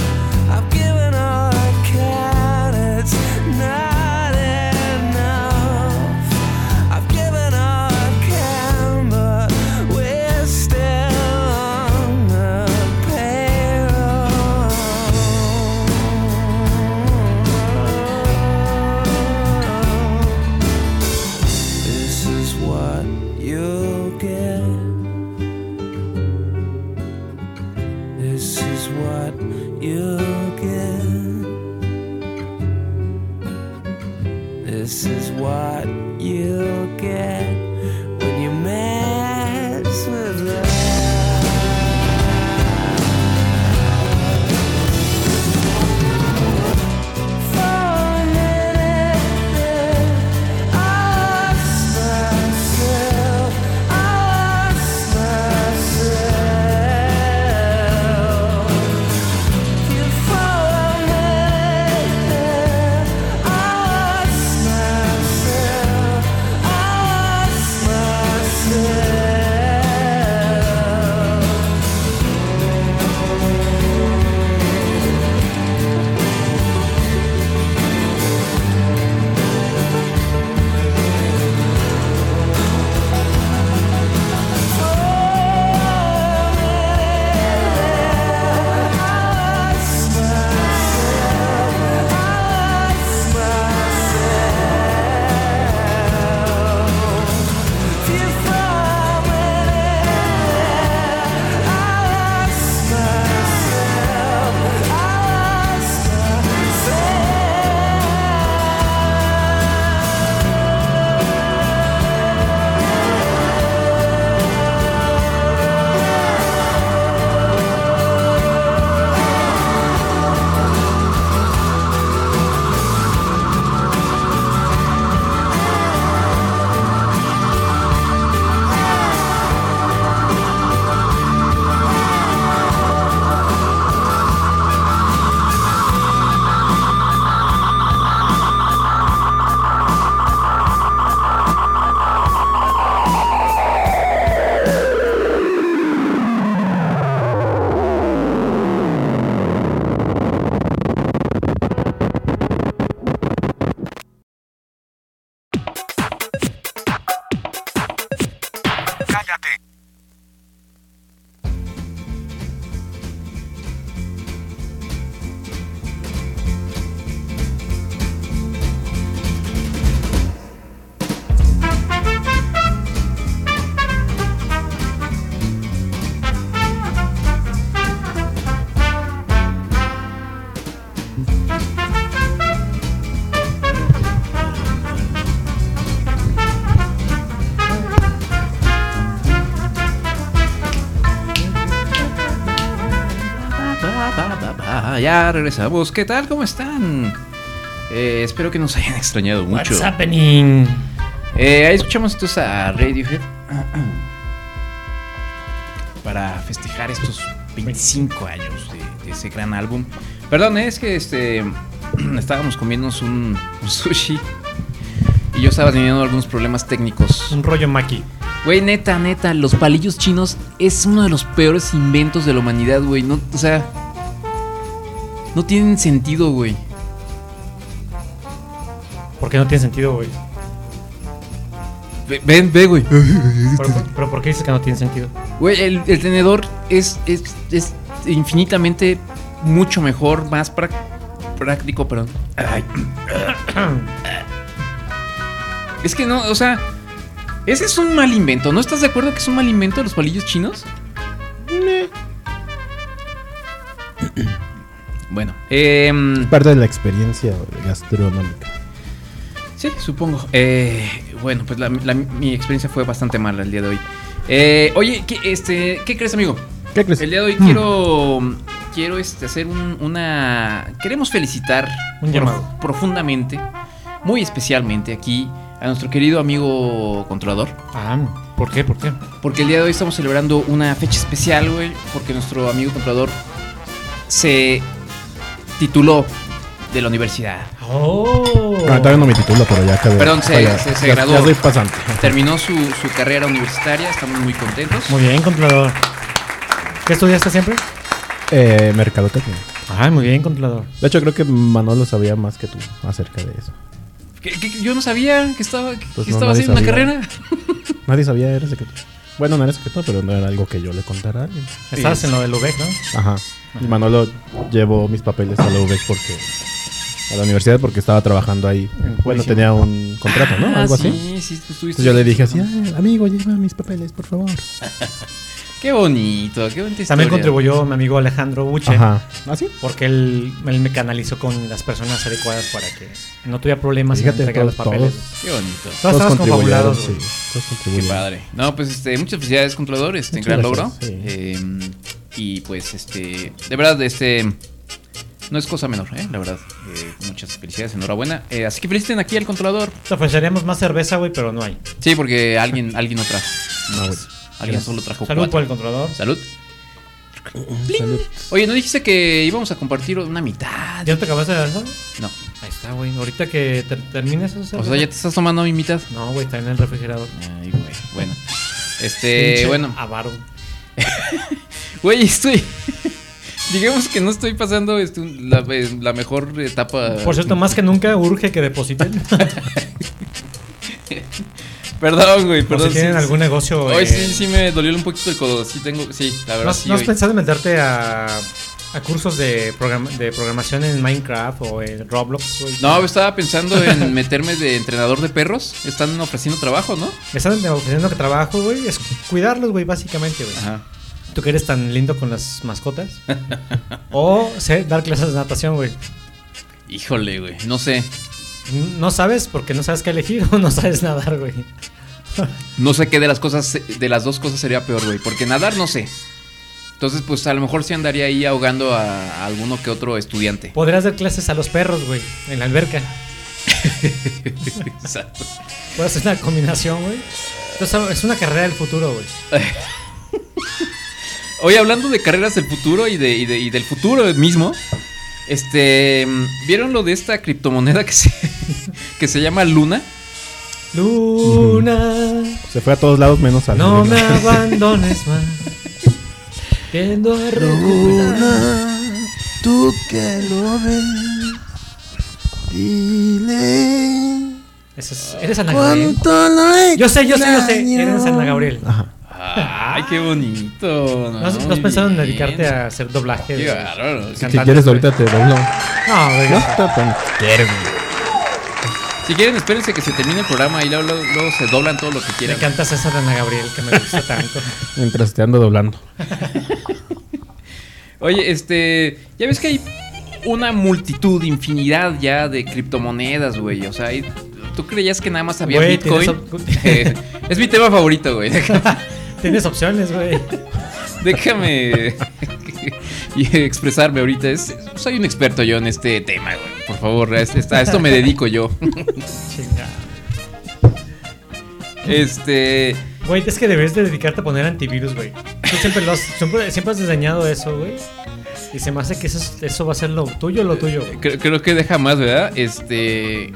I've given all I can. It's not enough. I've given all I can, but we're still on the payroll. This is what you'll get when you mess with love. Ah, ya regresamos. ¿Qué tal? ¿Cómo están? Eh, espero que nos hayan extrañado mucho. What's happening? Eh, ahí escuchamos entonces a Radiohead. Para festejar estos 25 años de, de ese gran álbum. Perdón, eh, es que este estábamos comiéndonos un, un sushi. Y yo estaba teniendo algunos problemas técnicos. Un rollo maki. Güey, neta, neta, los palillos chinos es uno de los peores inventos de la humanidad, güey. No, o sea, no tienen sentido, güey. ¿Por qué no tiene sentido, güey? Ve- Ven, ve, güey. ¿Pero, pero por qué dices que no tiene sentido? Güey, el, el tenedor es, es, es infinitamente mucho mejor, más prac- práctico, perdón. Ay. Es que no, o sea, ese es un mal invento. ¿No estás de acuerdo que es un mal invento los palillos chinos? Bueno, em, Es parte de la experiencia gastronómica. Sí, supongo. Eh, bueno, pues la- la- mi experiencia fue bastante mala el día de hoy. Eh, oye, ¿qué, este, ¿qué crees, amigo? ¿Qué crees? El día de hoy Hmm. quiero, quiero este, hacer un- una... Queremos felicitar Un llamado. profundamente, muy especialmente aquí, a nuestro querido amigo controlador. Ah, ¿por qué? ¿Por qué? Porque el día de hoy estamos celebrando una fecha especial, güey, porque nuestro amigo controlador se tituló de la universidad. Oh. Ah, todavía no me titulo, pero ya acabé. Perdón, se, Ya- se- se ya- graduó. Ya soy pasante. Terminó su, su carrera universitaria, estamos muy contentos. Muy bien, controlador. ¿Qué estudiaste siempre? Eh, mercadotecnia. Ah, muy bien, controlador. De hecho, creo que Manolo sabía más que tú acerca de eso. ¿Qué- qué- yo no sabía que estaba, que Pues no, estaba nadie haciendo una sabía. carrera. Nadie sabía, era secreto. Bueno, no era secreto, pero no era algo que yo le contara a alguien. Estabas en lo del UBEC, ¿no? Ajá. Y Manolo llevó mis papeles a la UVEC porque. A la universidad porque estaba trabajando ahí. Bueno, publicidad. tenía un contrato, ¿no? Ah, Algo sí, así. Pues sí, tú estuviste- Entonces yo le dije así, "Ay, amigo, lleva mis papeles, por favor. Qué bonito, qué bonita historia. También contribuyó mi amigo Alejandro Buche. Ajá. ¿Ah, Porque él, él me canalizó con las personas adecuadas para que no tuviera problemas en Fíjate, entregar los todos- papeles. todos- Qué bonito. Todos, estamos confabulados. sí, güey. todos Qué contribuyeron. padre. No, pues este, muchas felicidades, controlador, este Muchas gran logro. gracias, Eh, y pues este, de verdad, este no es cosa menor, eh, la verdad. Eh, muchas felicidades, enhorabuena. Eh, así que feliciten aquí al controlador. Te ofreceríamos más cerveza, güey, pero no hay. Sí, porque alguien alguien no trajo. Ah, güey. Alguien solo trajo Salud cuatro. por el controlador. Salud. Oye, ¿no dijiste que íbamos a compartir una mitad? ¿Ya no te acabaste de dar eso? No. Ahí está, güey. Ahorita que ter- termines eso. O sea, ya te estás tomando mi mitad. No, güey, está en el refrigerador. Ay, güey. Bueno. Este, Pinche bueno. Avaro. Güey, estoy. Digamos que no estoy pasando este, un- la, eh, la mejor etapa. Por cierto, más que nunca urge que depositen. Perdón, güey, por perdón. si tienen algún negocio, Hoy eh. sí, sí me dolió un poquito el codo. Sí, tengo. Sí, la ¿No verdad. has, sí, no has hoy. pensado en meterte a, a cursos de, programa- de programación en Minecraft o en Roblox? güey? No, pues, estaba pensando en meterme de entrenador de perros. Están ofreciendo trabajo, ¿no? Me están ofreciendo que trabajo, güey. Es cuidarlos, güey, básicamente, güey. Tú que eres tan lindo con las mascotas. o sé, dar clases de natación, güey. Híjole, güey. No sé. No sabes porque no sabes qué elegir o no sabes nadar, güey. No sé qué de las cosas, de las dos cosas sería peor, güey. Porque nadar no sé. Entonces, pues a lo mejor sí andaría ahí ahogando a alguno que otro estudiante. Podrías dar clases a los perros, güey, en la alberca. Exacto. Puedes hacer una combinación, güey. Entonces, es una carrera del futuro, güey. Hoy hablando de carreras del futuro y, de, y de- y del futuro mismo, este, ¿vieron lo de esta criptomoneda que se, que se llama Luna? Luna, Se fue a todos lados menos al no me menos. abandones más. Tiendo a Luna, tú que lo ves, dile. Eso es- eres Ana Gabriel. Yo sé, yo sé, yo sé. Eres Ana Gabriel. Ay, qué bonito. ¿No has, no has Muy pensado en bien. dedicarte a hacer doblaje? Qué de- bárbaro. de Si Si cantantes, quieres, güey? ahorita te doblo. No, güey. No está tan- Si quieren, espérense que se termine el programa y luego, luego- luego se doblan todo lo que Me quieran. encanta esa de Ana Gabriel que me gusta tanto. Mientras te ando doblando. Oye, este, ya ves que hay una multitud, infinidad ya de criptomonedas, güey. O sea, hay- tú creías que nada más había Güey, Bitcoin. tienes es mi tema favorito, güey. Tienes opciones, güey. Déjame y expresarme ahorita. Es- soy un experto yo en este tema, güey. Por favor, a, este- a esto me dedico yo. Chinga. Este. Güey, es que debes de dedicarte a poner antivirus, güey. Tú siempre, lo has, siempre, siempre has diseñado eso, güey. Y se me hace que eso, es- eso va a ser lo tuyo, lo tuyo. güey. Creo, creo que deja más, ¿verdad? Este.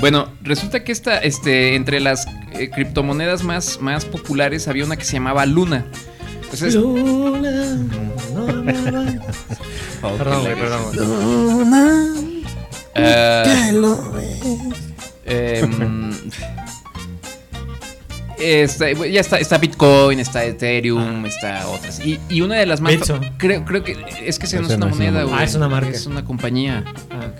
Bueno, resulta que esta, este, entre las eh, criptomonedas más, más populares había una que se llamaba Luna. Pues es- Luna, no me abandones. Oh, Perdón, qué güey, perdón, Eh, güey. Luna, Ah. que lo ves. Em, esta- ya está, está Bitcoin, está Ethereum, está otras. Y, y una de las más. Ah. Bitso. Creo, creo que es que esa no Esa es una no es una moneda, moneda. güey. Ah, es una marca. Es una compañía. Ah.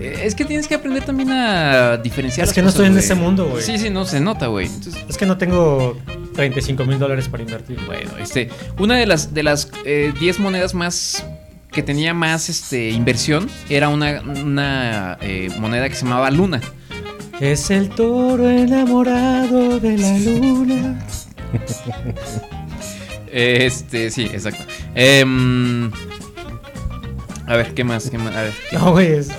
Eh, Es que tienes que aprender también a diferenciar. Es las que no cosas, estoy en güey. ese mundo, güey. Sí, sí, no se nota, güey. Entonces, Es que no tengo 35 mil dólares para invertir. Bueno, este, una de las de las eh, 10 monedas más que tenía más este inversión era una, una, eh, moneda que se llamaba Luna. Es el toro enamorado de la luna. Este, sí, exacto. Em, a ver, ¿qué más? ¿Qué más? A ver. ¿qué- No, güey, es-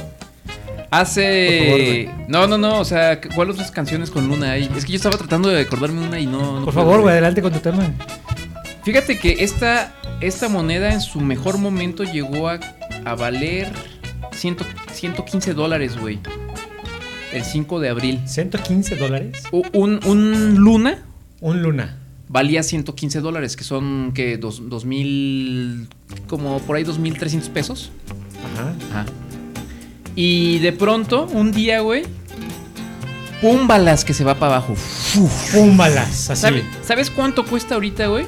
Hace. Por favor, güey. no, no, no. O sea, ¿cuáles otras canciones con Luna hay? Es que yo estaba tratando de acordarme una y no. no Por puedo, favor, güey, adelante con tu tema. Fíjate que esta, esta moneda en su mejor momento llegó a, a valer 100 115 dólares, güey. El 5 de abril. ¿115 dólares? Un, un luna. Un luna. Valía 115 dólares, que son que dos, dos mil. como por ahí 2.300 pesos. Ajá. Ajá. Y de pronto, un día, güey. Púmbalas que se va para abajo. Púmbalas, así. ¿Sabe- ¿Sabes cuánto cuesta ahorita, güey?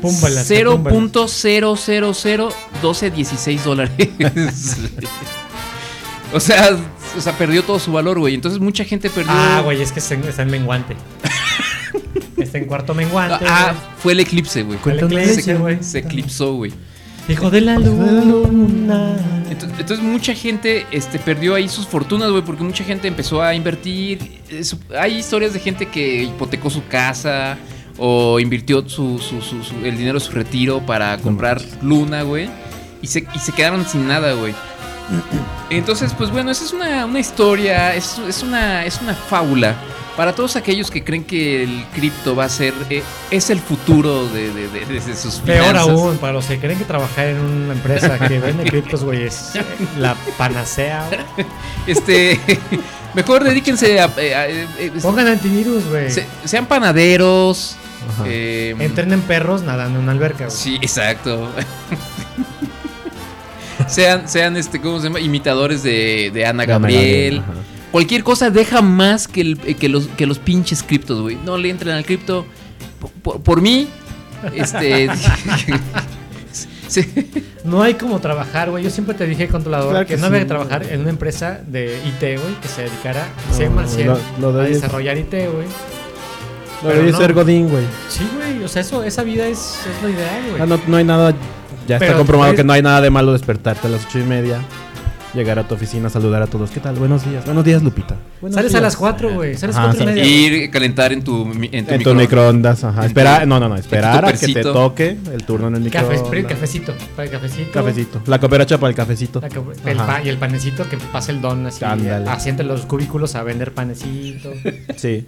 Púmbalas, púmbalas. 0.00001216 dólares. o sea, o sea, perdió todo su valor, güey. Entonces mucha gente perdió. Ah, güey, es que está en, está en menguante. está en cuarto menguante. Ah, güey. fue el eclipse, güey. Fue el eclipse, Se- güey. Se eclipsó, güey. Hijo de la luna. Entonces, entonces mucha gente este, perdió ahí sus fortunas, güey, porque mucha gente empezó a invertir. Eh, su- Hay historias de gente que hipotecó su casa o invirtió su, su- su- su- el dinero de su retiro para comprar luna, güey. Y se, y se quedaron sin nada, güey. Entonces, pues bueno, esa es una, una historia, es, es una, es una fábula. Para todos aquellos que creen que el cripto va a ser, eh, es el futuro de, de- de- de- de sus Peor finanzas. aún, para los que creen que trabajar en una empresa que vende criptos, güey, es la panacea. güey. Este, mejor dedíquense a... eh, a, eh, eh, Pongan antivirus, güey. se- sean panaderos. eh, Entrenen perros nadando en una alberca, güey. Sí, exacto. sean, sean este, ¿cómo se llama? Imitadores de, de De Ana Ana Gabriel. Gabriel, ajá. Cualquier cosa deja más que, el- eh, que los, que los pinches criptos, güey. No le entren al cripto. Por, por- por mí, este... No hay como trabajar, güey. Yo siempre te dije, controlador, Claro que, que no había sí. que trabajar en una empresa de IT, güey, que se dedicara, que se No, llama al cielo, lo- lo a de- desarrollar IT, güey. Lo Pero de no. ser Godín, güey. Sí, güey. O sea, eso, esa vida es, es lo ideal, güey. Ah, no, no hay nada. Ya Pero está comprobado puedes- que no hay nada de malo despertarte a las ocho y media, llegar a tu oficina, saludar a todos. ¿Qué tal? Buenos días. Buenos días, Lupita. Buenos Sales a días. las 4, güey. Sales a Ajá, las 4 y sales- media. Ir a calentar en tu, mi- en tu, En tu microondas, ajá. En Espera, tu- no, no, no. en tu Esperar a que te tupercito. toque el turno en el Café, microondas. pero el cafecito, para el cafecito. Cafecito. La cooperacha para el cafecito. La que- el Ajá. pa- y el panecito que pasa el don así, Ándale. así entre los cubículos a vender panecito. Sí.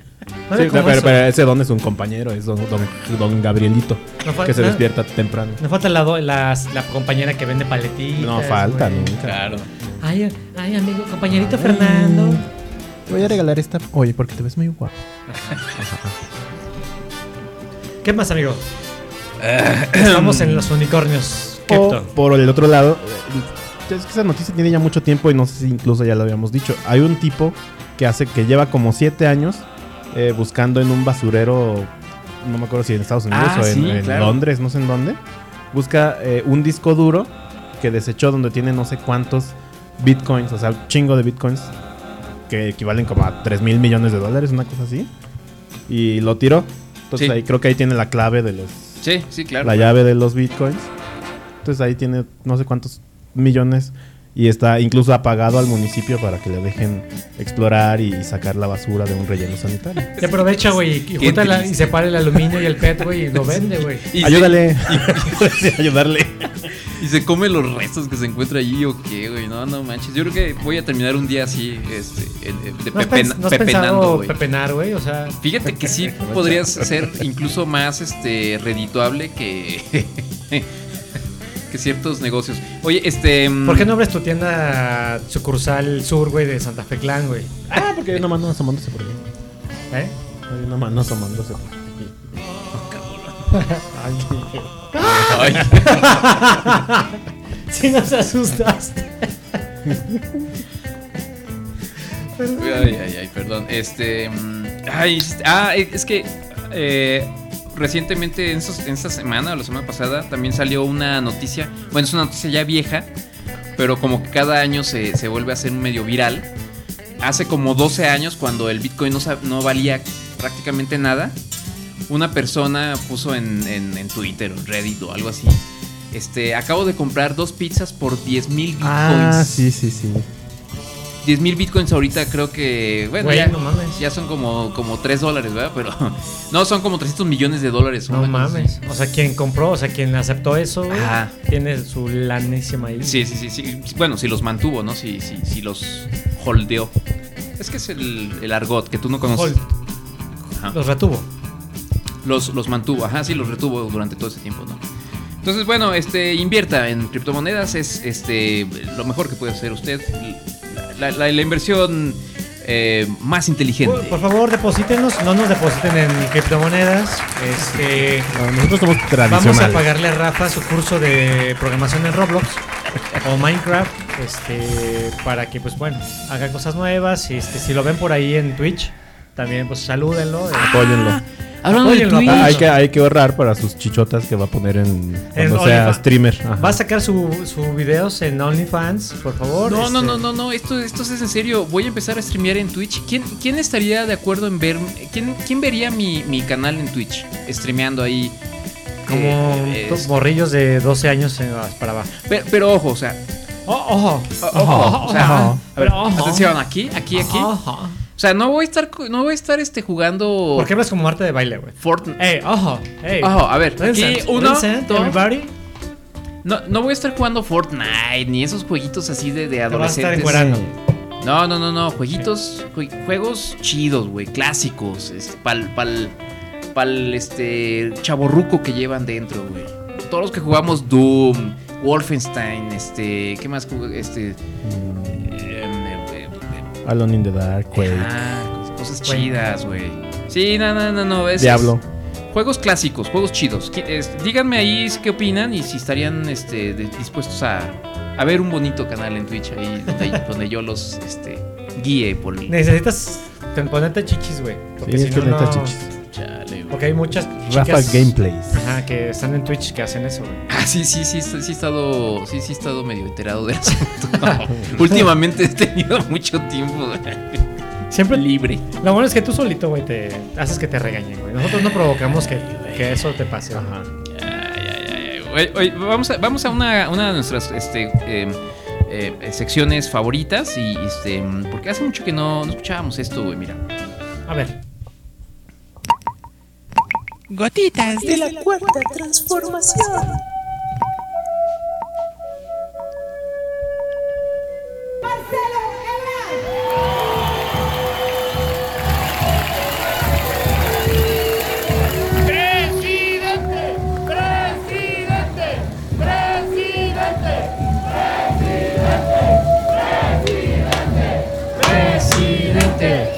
No Sí, era como pero, eso. pero ese don es un compañero, es don, don, don Gabrielito, No fal- que se no- despierta temprano. No falta la, do- las- la compañera que vende paletitas. No falta güey. nunca. Claro. Ay, ay, amigo, compañerito Fernando. Te voy a regalar esta. Oye, porque te ves muy guapo. ¿Qué más, amigo? Eh, Estamos en los unicornios. O, Krypto. por el otro lado, eh, es que esa noticia tiene ya mucho tiempo y no sé si incluso ya lo habíamos dicho. Hay un tipo que hace que lleva como siete años eh, buscando en un basurero, no me acuerdo si en Estados Unidos Ah, o en, sí, en claro. Londres, no sé en dónde. Busca eh, un disco duro que desechó donde tiene no sé cuántos bitcoins, o sea, un chingo de bitcoins que equivalen como a 3 mil millones de dólares, una cosa así. Y lo tiró. Entonces Sí. ahí creo que ahí tiene la clave de los Sí, sí, claro. la llave de los bitcoins. Entonces ahí tiene no sé cuántos millones y está incluso apagado al municipio para que le dejen explorar y sacar la basura de un relleno sanitario. Se aprovecha, güey, y Qué junta la- y triste. separa el aluminio y el PET, güey, y lo vende, güey. Y se- Ayúdale. ayudarle. Y se come los restos que se encuentra allí o qué, güey. No, no manches. Yo creo que voy a terminar un día así, este, en- en- de ¿No has, pepen- pens- no has pepenando, pensado güey. pepenar, güey? O sea, Fíjate que sí podrías ser incluso más este redituable que que ciertos negocios. Oye, este mm, ¿Por qué no abres tu tienda sucursal sur, güey, de Santa Fe Clan, güey? Ah, porque hay una mano asomándose por aquí. ¿Eh? Hay una mano asomándose por aquí. Ay. Si nos asustaste. Ay, ay, ay, perdón. Este. mm, Ay, ah, eh, es que. eh, recientemente, en, esos- en esta semana o la semana pasada, también salió una noticia. Bueno, es una noticia ya vieja. Pero como que cada año se, se vuelve a hacer medio viral. Hace como 12 años, cuando el Bitcoin no, sa- no valía prácticamente nada, una persona puso en, en- en Twitter, en Reddit o algo así. Este, acabo de comprar dos pizzas por 10 mil bitcoins. Ah, sí, sí, sí. 10 mil bitcoins ahorita creo que. Bueno, Güey, ya, no mames. ya son como, como 3 dólares, ¿verdad? Pero. No, son como 300 millones de dólares. No una cosa mames. así. O sea, quien compró, o sea, quien aceptó eso, güey, Ajá. tiene su lanísima ahí. Sí, sí, sí, sí. Bueno, si los mantuvo, ¿no? Si, si, si los holdeó. Es que es el, el argot que tú no conoces. Ajá. Los retuvo. Los, los mantuvo, ajá, sí, los retuvo durante todo ese tiempo, ¿no? Entonces, bueno, este, invierta en criptomonedas, es este, lo mejor que puede hacer usted. La, la- la- la inversión eh, más inteligente. Por, por favor, deposítenos. No nos depositen en criptomonedas. Este, No, nosotros somos Vamos a tradicionales. pagarle a Rafa su curso de programación en Roblox o Minecraft, este, para que pues bueno, Ah. haga cosas nuevas y este, si lo ven por ahí en Twitch, también pues salúdenlo. eh. Apóyenlo. Ah, Hablando de Twitch. Hay que, hay que ahorrar para sus chichotas que va a poner en En cuando sea OnlyFans. streamer. Ajá. Va a sacar sus videos en OnlyFans, por favor. No, no, este, no, no, no, esto, esto es en serio. Voy a empezar a streamear en Twitch. ¿Quién, quién estaría de acuerdo en ver? ¿Quién, quién vería mi, mi canal en Twitch? Streameando ahí. Como Eh, to- es- morrillos de 12 años eh, para abajo. Pero, pero ojo, o sea. ojo, ojo, ojo, o sea, ojo. a ver, Pero ojo. atención, aquí, aquí, aquí. Ojo. O sea, no voy a estar, cu- no voy a estar este jugando. ¿Por qué Eh, hablas como arte de baile, güey? Fortnite. Ey, ojo, ey. Ojo, a ver, aquí Tencent, uno, Tencent, dos. everybody. No, no voy a estar jugando Fortnite ni esos jueguitos así de, de Te vas a estar adolescentes. encuerando. No, no, no, no. Jueguitos, jue- juegos chidos, güey. Clásicos. Este, pal, pal, pal, este, chaborruco que llevan dentro, güey. Todos los que jugamos Doom, Wolfenstein, este, ¿qué más? jug- Este, Mm, em, Alone in the Dark, Quake. ah, cos- cosas chidas, güey. Sí, no, no, no, no. es- Diablo. es- Juegos clásicos, juegos chidos. Qui- es- díganme ahí qué opinan y si estarían este, de- dispuestos a, a ver un bonito canal en Twitch ahí donde, donde yo los este, guíe por el- Necesitas te- ponerte chichis, güey. Porque Sí, si es no, que neta no- chichis. Chale, güey. Porque hay muchas Rafa chicas- Gameplays. Ajá, que están en Twitch que hacen eso, güey. Ah, sí, sí, sí, sí, sí he estado, sí, sí he estado medio enterado del asunto. Últimamente he tenido mucho tiempo Siempre libre. Lo bueno es que tú solito, güey, te haces que te regañen, güey. Nosotros no provocamos que, que eso te pase. Ajá. Oye, oye, vamos a, vamos a una, una de nuestras este, eh, eh, secciones favoritas y este, porque hace mucho que no, no escuchábamos esto, güey, mira. A ver. Gotitas de la cuarta transformación. ¡Presidente! ¡Presidente! ¡Presidente! Presidente.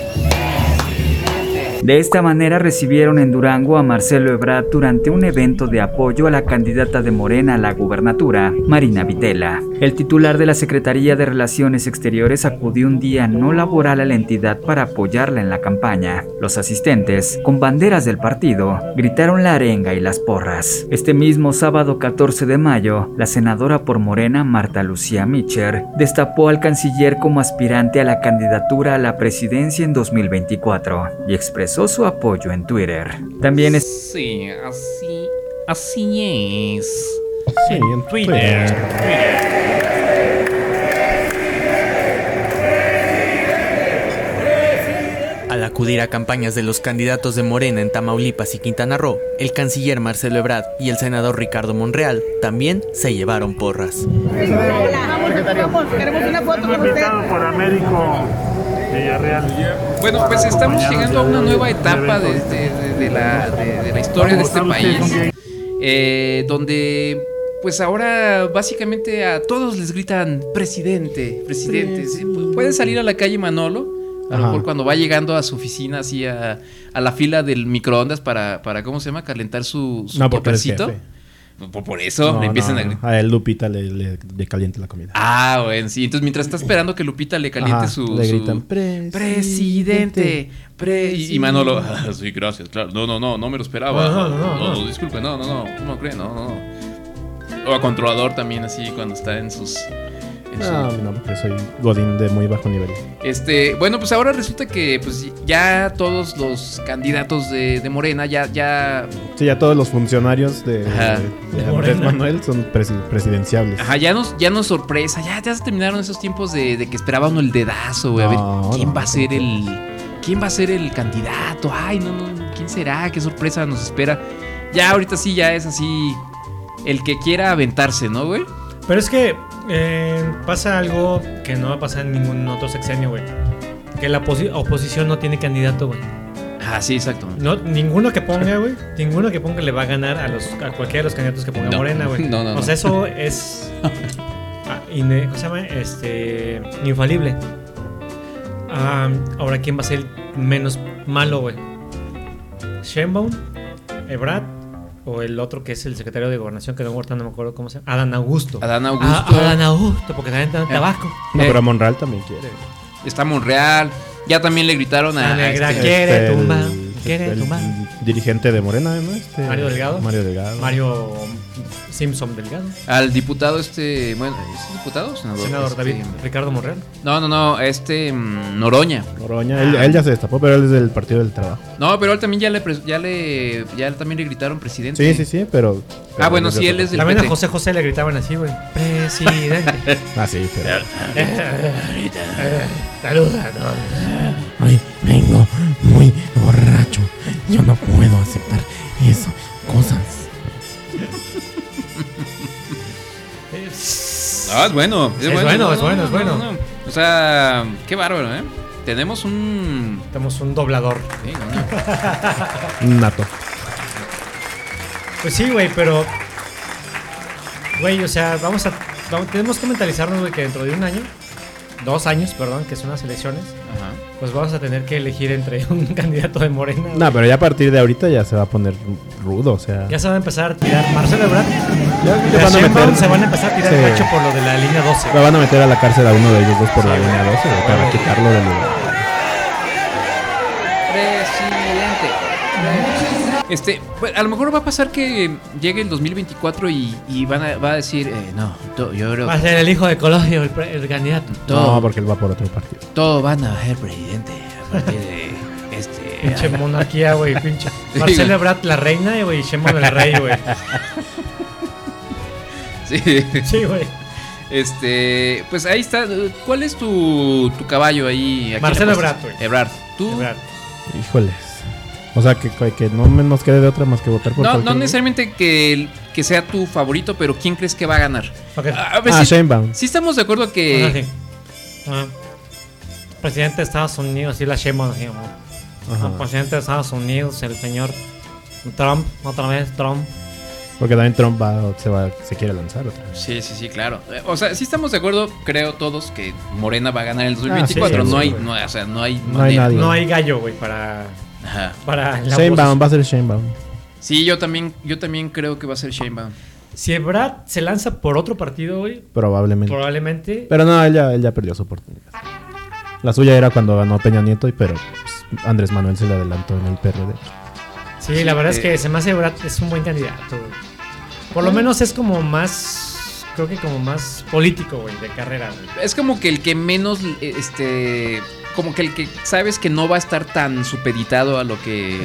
De esta manera recibieron en Durango a Marcelo Ebrard durante un evento de apoyo a la candidata de Morena a la gubernatura, Marina Vitela. El titular de la Secretaría de Relaciones Exteriores acudió un día no laboral a la entidad para apoyarla en la campaña. Los asistentes, con banderas del partido, gritaron la arenga y las porras. Este mismo sábado 14 de mayo, la senadora por Morena, Marta Lucía Micher, destapó al canciller como aspirante a la candidatura a la presidencia en 2024 y expresó su apoyo en Twitter. También es Sí, así, así es. Sí, en Twitter. Al acudir a campañas de los candidatos de Morena en Tamaulipas y Quintana Roo, el canciller Marcelo Ebrard y el senador Ricardo Monreal también se llevaron porras. Vamos, queremos una foto con usted. por Américo Villarreal. Bueno, pues estamos llegando a una nueva etapa de, de- de- de la, de- de la historia de este país, eh, donde pues ahora básicamente a todos les gritan presidente, presidente. Sí, pu- Puede salir a la calle Manolo, a lo Ajá. mejor cuando va llegando a su oficina, así a, a la fila del microondas para, para ¿cómo se llama?, calentar su, su No, porque eres topercito. Pues, jefe. Por, por eso No, no, le empiezan a no. gritar. A él Lupita le, le- le calienta la comida. Ah, bueno, sí. Entonces, mientras está esperando que Lupita le caliente Ajá, su, le su- gritan, presidente. pre- y, y Manolo, "Ah, sí, gracias, claro. No, no, no, no me lo esperaba. No, No, no, no, no, no. disculpe, no, no, no. ¿Cómo cree? No, no, no. O a controlador también, así, cuando está en sus. en su- No, no, porque soy godín de muy bajo nivel. Este, bueno, pues ahora resulta que pues ya todos los candidatos de, de Morena ya, ya Sí, ya todos los funcionarios de, Ajá. de De Andrés Morena. Manuel son presi- presidenciables. Ajá, ya nos, ya nos sorpresa, ya, ya se terminaron esos tiempos de, de que esperaba uno el dedazo, güey. A ver, No, ¿quién no, va a ser el. ¿Quién va a ser el candidato? Ay, no, no, ¿quién será? ¿Qué sorpresa nos espera? Ya ahorita sí, ya es así. El que quiera aventarse, ¿no, güey? Pero es que eh, pasa algo que no va a pasar en ningún otro sexenio, güey. Que la oposi- oposición no tiene candidato, güey. Ah, sí, exacto. No, ninguno que ponga, güey. ninguno que ponga le va a ganar a, los, a cualquiera de los candidatos que ponga No. Morena, güey. No, no, O sea, no. eso es. ah, ine- ¿Cómo se llama? Este. Infalible. Ah, ahora, ¿quién va a ser el menos malo, güey? ¿Sheinbaum? ¿Ebrad? ¿O el otro que es el secretario de gobernación? Que no, ahorita no me acuerdo cómo se llama. Adán Augusto. Adán Augusto. Ah, Adán Augusto, porque también está en Eh. Tabasco. No, Eh. pero Monreal también quiere. Está Monreal. Ya también le gritaron a. La negra este- quiere Este, tumba. Quiere el tomar. dirigente de Morena, ¿no? Este, Mario Delgado. Mario Delgado. Mario Simpson Delgado. Al diputado este, bueno, ¿es diputado o senador? Senador Este, David Ricardo Monreal. No, no, no, este mm, Noroña. Noroña, Ah. él, él ya se destapó, pero él es del Partido del Trabajo. No, pero él también ya le pres- ya le ya también le gritaron presidente. Sí, sí, sí, pero. Ah, bueno, sí, él es del También a PT. José José le gritaban así, güey. Presidente. Ah, sí, pero. Eh, Saluda, Ay, vengo muy borracho. Yo no puedo aceptar eso. Cosas. Ah, es bueno. Es bueno, es bueno, es bueno. O sea, qué bárbaro, ¿eh? Tenemos un Tenemos un doblador. Sí, coño. Nato. Pues sí, güey, pero. Güey, o sea, vamos a. vamos- tenemos que mentalizarnos, güey, que dentro de un año, dos años, perdón, que son las elecciones, pues vamos a tener que elegir entre un candidato de Morena. güey. No, pero ya a partir de ahorita ya se va a poner rudo, o sea. Ya se va a empezar a tirar. Marcelo Ebrard. le la van a Sheinbaum meter- se van a empezar a tirar Sí. cacho por lo de la línea 12. La van a meter a la cárcel a uno de ellos dos por la línea 12, güey, para quitarlo del lugar. Presidente. Este, pues, a lo mejor va a pasar que llegue el 2024 y, y van a, va a decir, eh, no, to- yo creo Va a ser el hijo de Colosio, el, pre- el candidato. Todo. No, porque él va por otro partido. todo van a ser presidente a partir de Pinche este. monarquía, güey, pinche. Sí, Marcelo güey. Ebrard, la reina, güey, y Sheinbaum el rey, güey. sí. Sí, güey. Este, pues ahí está. ¿Cuál es tu, tu caballo ahí? ¿A quién le Marcelo apuestas? Ebrard, güey. Ebrard. ¿Tú? Híjoles. O sea, que, que no me- nos quede de otra más que votar por No, no cualquiera. necesariamente que, el- que sea tu favorito, pero ¿quién crees que va a ganar? A, a ver, Ah, si, Sheinbaum. si estamos de acuerdo O que... sea, sí. Ah. Presidente de Estados Unidos, sí la Sheinbaum. así, ¿no? Ajá. Ah, Presidente de Estados Unidos, el señor Trump, otra vez Trump. Porque también Trump va, se, va, se quiere lanzar otra vez. Sí, sí, sí, claro. Eh, O sea, sí estamos de acuerdo, creo todos, que Morena va a ganar el Ah, sí, 2024. sí, no, sí, hay, güey. no, hay- o sea, no hay No hay manera. nadie. No hay gallo, güey, para. Ajá. Para la Sheinbaum, oposición. va a ser Sheinbaum. Sí, yo también, yo también creo que va a ser Sheinbaum. Si Brad se lanza por otro partido, güey, Probablemente. probablemente. Pero no, él ya, él ya perdió su oportunidad. La suya era cuando ganó Peña Nieto, y pero pues, Andrés Manuel se le adelantó en el PRD. Sí, la Sí, verdad eh. es que se me hace Brad es un buen candidato, güey. Por lo Ujú. menos es como más. Creo que como más político, güey, de carrera, güey. Es como que el que menos, eh, este, como que el que sabes que no va a estar tan supeditado a lo que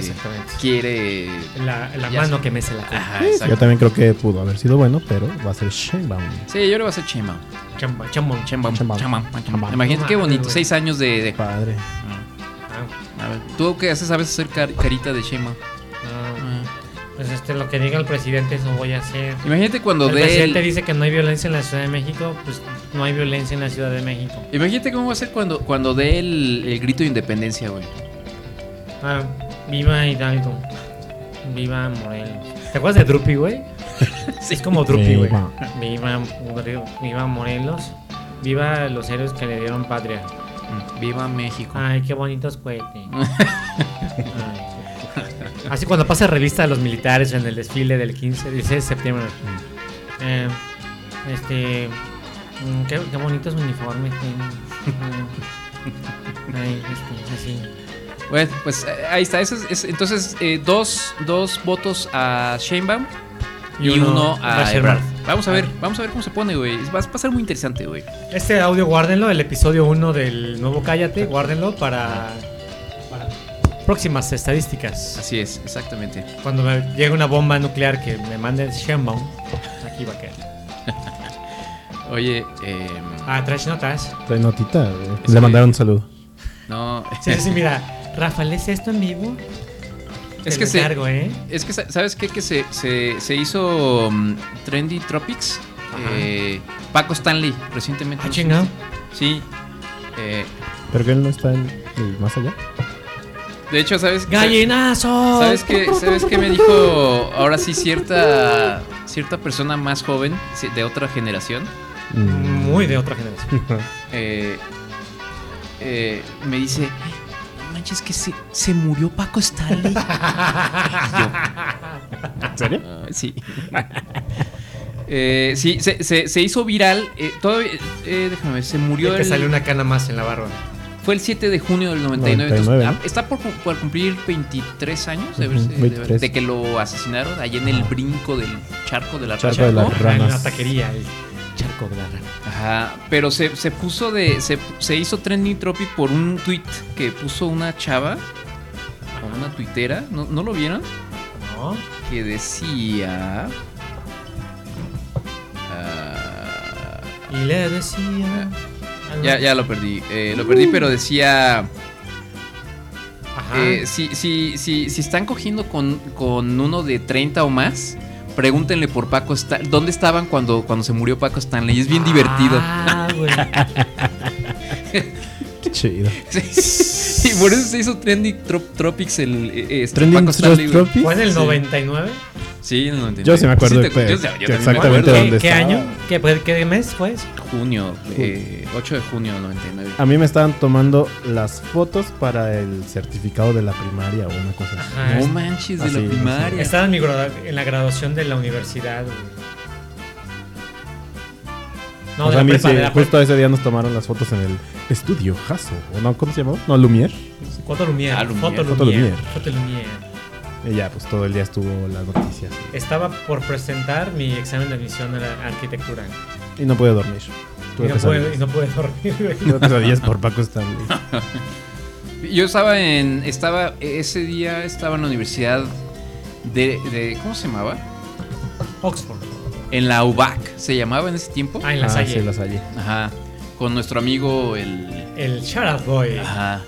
quiere. La, la Ya mano sé. que mece la cola. Ajá, Sí, exacto. Yo también creo que pudo haber sido bueno, pero va a ser Sheinbaum. Sí, yo le voy a hacer Sheinbaum. Chamba, chamba, chamba, Sheinbaum. Sheinbaum. Imagínate qué No mames, bonito, güey. seis años de... de- Padre. Ah. A ver, ¿tú qué haces? ¿Sabes hacer car- carita de Sheinbaum? Ah, Pues este, lo que diga el presidente, eso voy a hacer. Imagínate cuando el dé presidente el- dice que no hay violencia en la Ciudad de México, pues no hay violencia en la Ciudad de México. Imagínate cómo va a ser cuando, cuando dé el, el grito de independencia, güey. Ah, viva Hidalgo. Viva Morelos. ¿Te acuerdas de Drupi, güey? Es como Drupi, güey. Viva. Viva, viva Morelos. Viva los héroes que le dieron patria. Viva México. Ay, qué bonitos cohetes. Ay. Así cuando pasa revista de los militares en el desfile del 15, 16 de septiembre. Eh, este. mm, Qué, qué bonitos uniformes tienen. Eh, ay, este, así. Bueno, pues eh, ahí está. Ese es- es- entonces, eh, dos, dos votos a Sheinbaum Y y, uno uno, a a Sheinbaum. Ebrard. Vamos a ver, vamos a ver cómo se pone, güey. Es- Va a pasar muy interesante, güey. Este audio, guárdenlo, el episodio 1 del nuevo Cállate, guárdenlo para, para próximas estadísticas. Así es, exactamente. Cuando me llegue una bomba nuclear que me manden Sheinbaum, aquí va a quedar. Oye, eh, Ah, traes notas. Trae notita. güey. Es Le que- mandaron un saludo. no. Sí, sí, sí, mira. Rafael, ¿es esto en vivo? Es Te que, lo se, encargo, ¿eh? es que, sa- ¿sabes qué? Que se, se, se hizo mm, Trendy Tropics. eh, Paco Stanley, recientemente. Ah, ¿no? chingado. Sí. Eh, Pero que él no está en el más allá. de hecho, ¿sabes ¡Gallinazo! ¿Sabes qué, ¿Sabes qué me dijo ahora sí cierta cierta persona más joven sí, de otra generación? Mm. Muy de otra generación. Eh, eh, me dice, "No manches que se, se murió Paco Stanley. ¿En serio? sí. Eh, sí, se, se- se hizo viral. eh, todavía, eh, déjame ver, se murió Te el- salió una cana más en la barba. Fue el 7 de junio del 99. entonces, ah, 99, ¿no? está por, cu- por cumplir 23 años de, Ujú, haberse- de haber- 23. de que lo asesinaron allá en el brinco del charco de la Charco de las ranas. En una taquería, el charco de la rana. Ajá, pero se, se puso de. Se, se hizo trending topic por un tweet que puso una chava o una tuitera. ¿No, ¿no lo vieron? No. Que decía. ah, Y le decía. ya, ya lo perdí. eh, lo perdí, pero decía. Ajá. eh, si, si, si, si están cogiendo con, con uno de 30 o más, pregúntenle por Paco Stanley. ¿Dónde estaban cuando, cuando se murió Paco Stanley? Es bien divertido. Ah, güey. Qué chido. Sí, y por eso se hizo Trending Trop- Tropics el eh, este, Trending Paco Stanley, güey. Trop- Tropics. ¿Fue en el Sí. 99? Sí, en el 99. Yo sí me acuerdo te- de- yo- yo también me exactamente acuerdo. dónde ¿Qué estaba. año? ¿Qué, pues, ¿Qué mes fue eso? Junio, eh, 8 de junio del 99. A mí me estaban tomando las fotos para el certificado de la primaria o una cosa así. Ajá. No manches, de la Así, primaria. Estaba en, mi gradu- en la graduación de la universidad. güey. No, O sea, pues, de la a mí prepa, sí, de la justo ese día nos tomaron las fotos en el estudio Jaso, ¿o no? ¿Cómo se llamaba? ¿No, Lumière? Foto Lumière. Ah, Lumière. Foto Foto Lumière. Lumière. Foto Lumière. Y ya, pues todo el día estuvo las noticias. Estaba por presentar mi examen de admisión a la arquitectura. Y no pude dormir. Y Tuve no, pude, y pesadillas. no pude dormir. güey. Tuve pesadillas por Paco Stanley. Yo estaba en. Estaba. Ese día estaba en la universidad de. de- ¿Cómo se llamaba? Oxford. En la UBAC. ¿Se llamaba en ese tiempo? Ah, en La Ah, Salle. sí, La Salle. Ajá. Con nuestro amigo el. El Shut Up Boy. Ajá.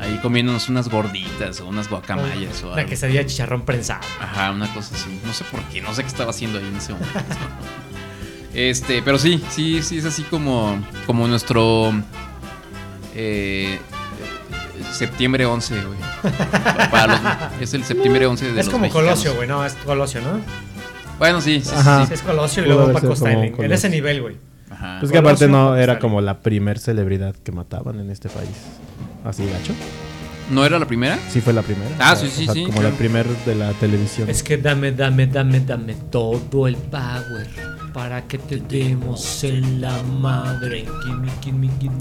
Ahí comiéndonos unas gorditas o unas guacamayas o La algo. que sabía chicharrón prensado. Ajá, una cosa así. No sé por qué, no sé qué estaba haciendo ahí en ese momento. este, pero sí, sí, sí, es así como, como nuestro eh, septiembre 11, güey. Para los- es el septiembre 11 de Es los como mexicanos. Colosio, güey. No, es Colosio, ¿no? Bueno, sí, sí, Ajá. sí. Es Colosio Ah. y Pudo luego haber Paco sido como Stanley. En Colosio. ese nivel, güey. Pues que aparte Colosio, no Paco era Stanley. como la primer celebridad que mataban en este país. Así, gacho. ¿No era la primera? Sí fue la primera. Ah, O- sí, o sí, sea, sí, Como claro. la primer de la televisión. Es que dame, dame, dame, dame todo el power para que te demos en la madre. Gimme, gimme, gimme.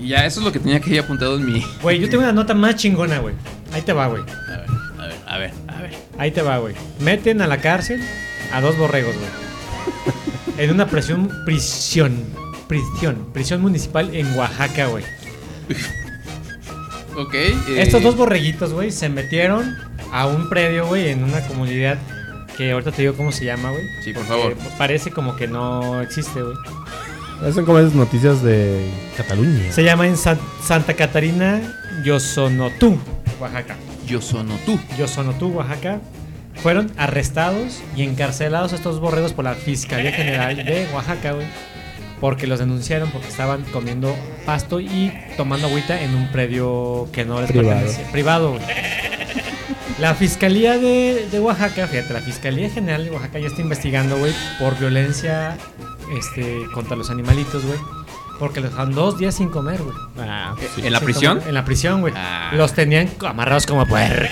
Y ya, eso es lo que tenía que ir apuntado en mi. Güey, yo tengo una nota más chingona, güey. Ahí te va, güey. A ver, a ver, a ver. Ahí te va, güey. Meten a la cárcel a dos borregos, güey. en una prisión, prisión, prisión, prisión municipal en Oaxaca, güey. Ok. eh, Estos dos borreguitos, güey, se metieron a un predio, güey, en una comunidad que ahorita te digo cómo se llama, güey. Sí, por Porque favor. Parece como que no existe, güey. Son como esas noticias de Cataluña. Se llama en San- Santa Catarina Yosonotú, Oaxaca. Yosonotú. Yosonotú, Oaxaca. Fueron arrestados y encarcelados estos borregos por la Fiscalía General de Oaxaca, güey. Porque los denunciaron porque estaban comiendo pasto y tomando agüita en un predio que no les Privado. pertenecía. Privado, güey. La Fiscalía de, de Oaxaca, fíjate, la Fiscalía General de Oaxaca ya está investigando, güey, por violencia este, contra los animalitos, güey. Porque los dejaron dos días sin comer, güey. Ah, Eh, ¿En la Sin prisión? comer, En la prisión, güey. Ah. Los tenían amarrados como puercos.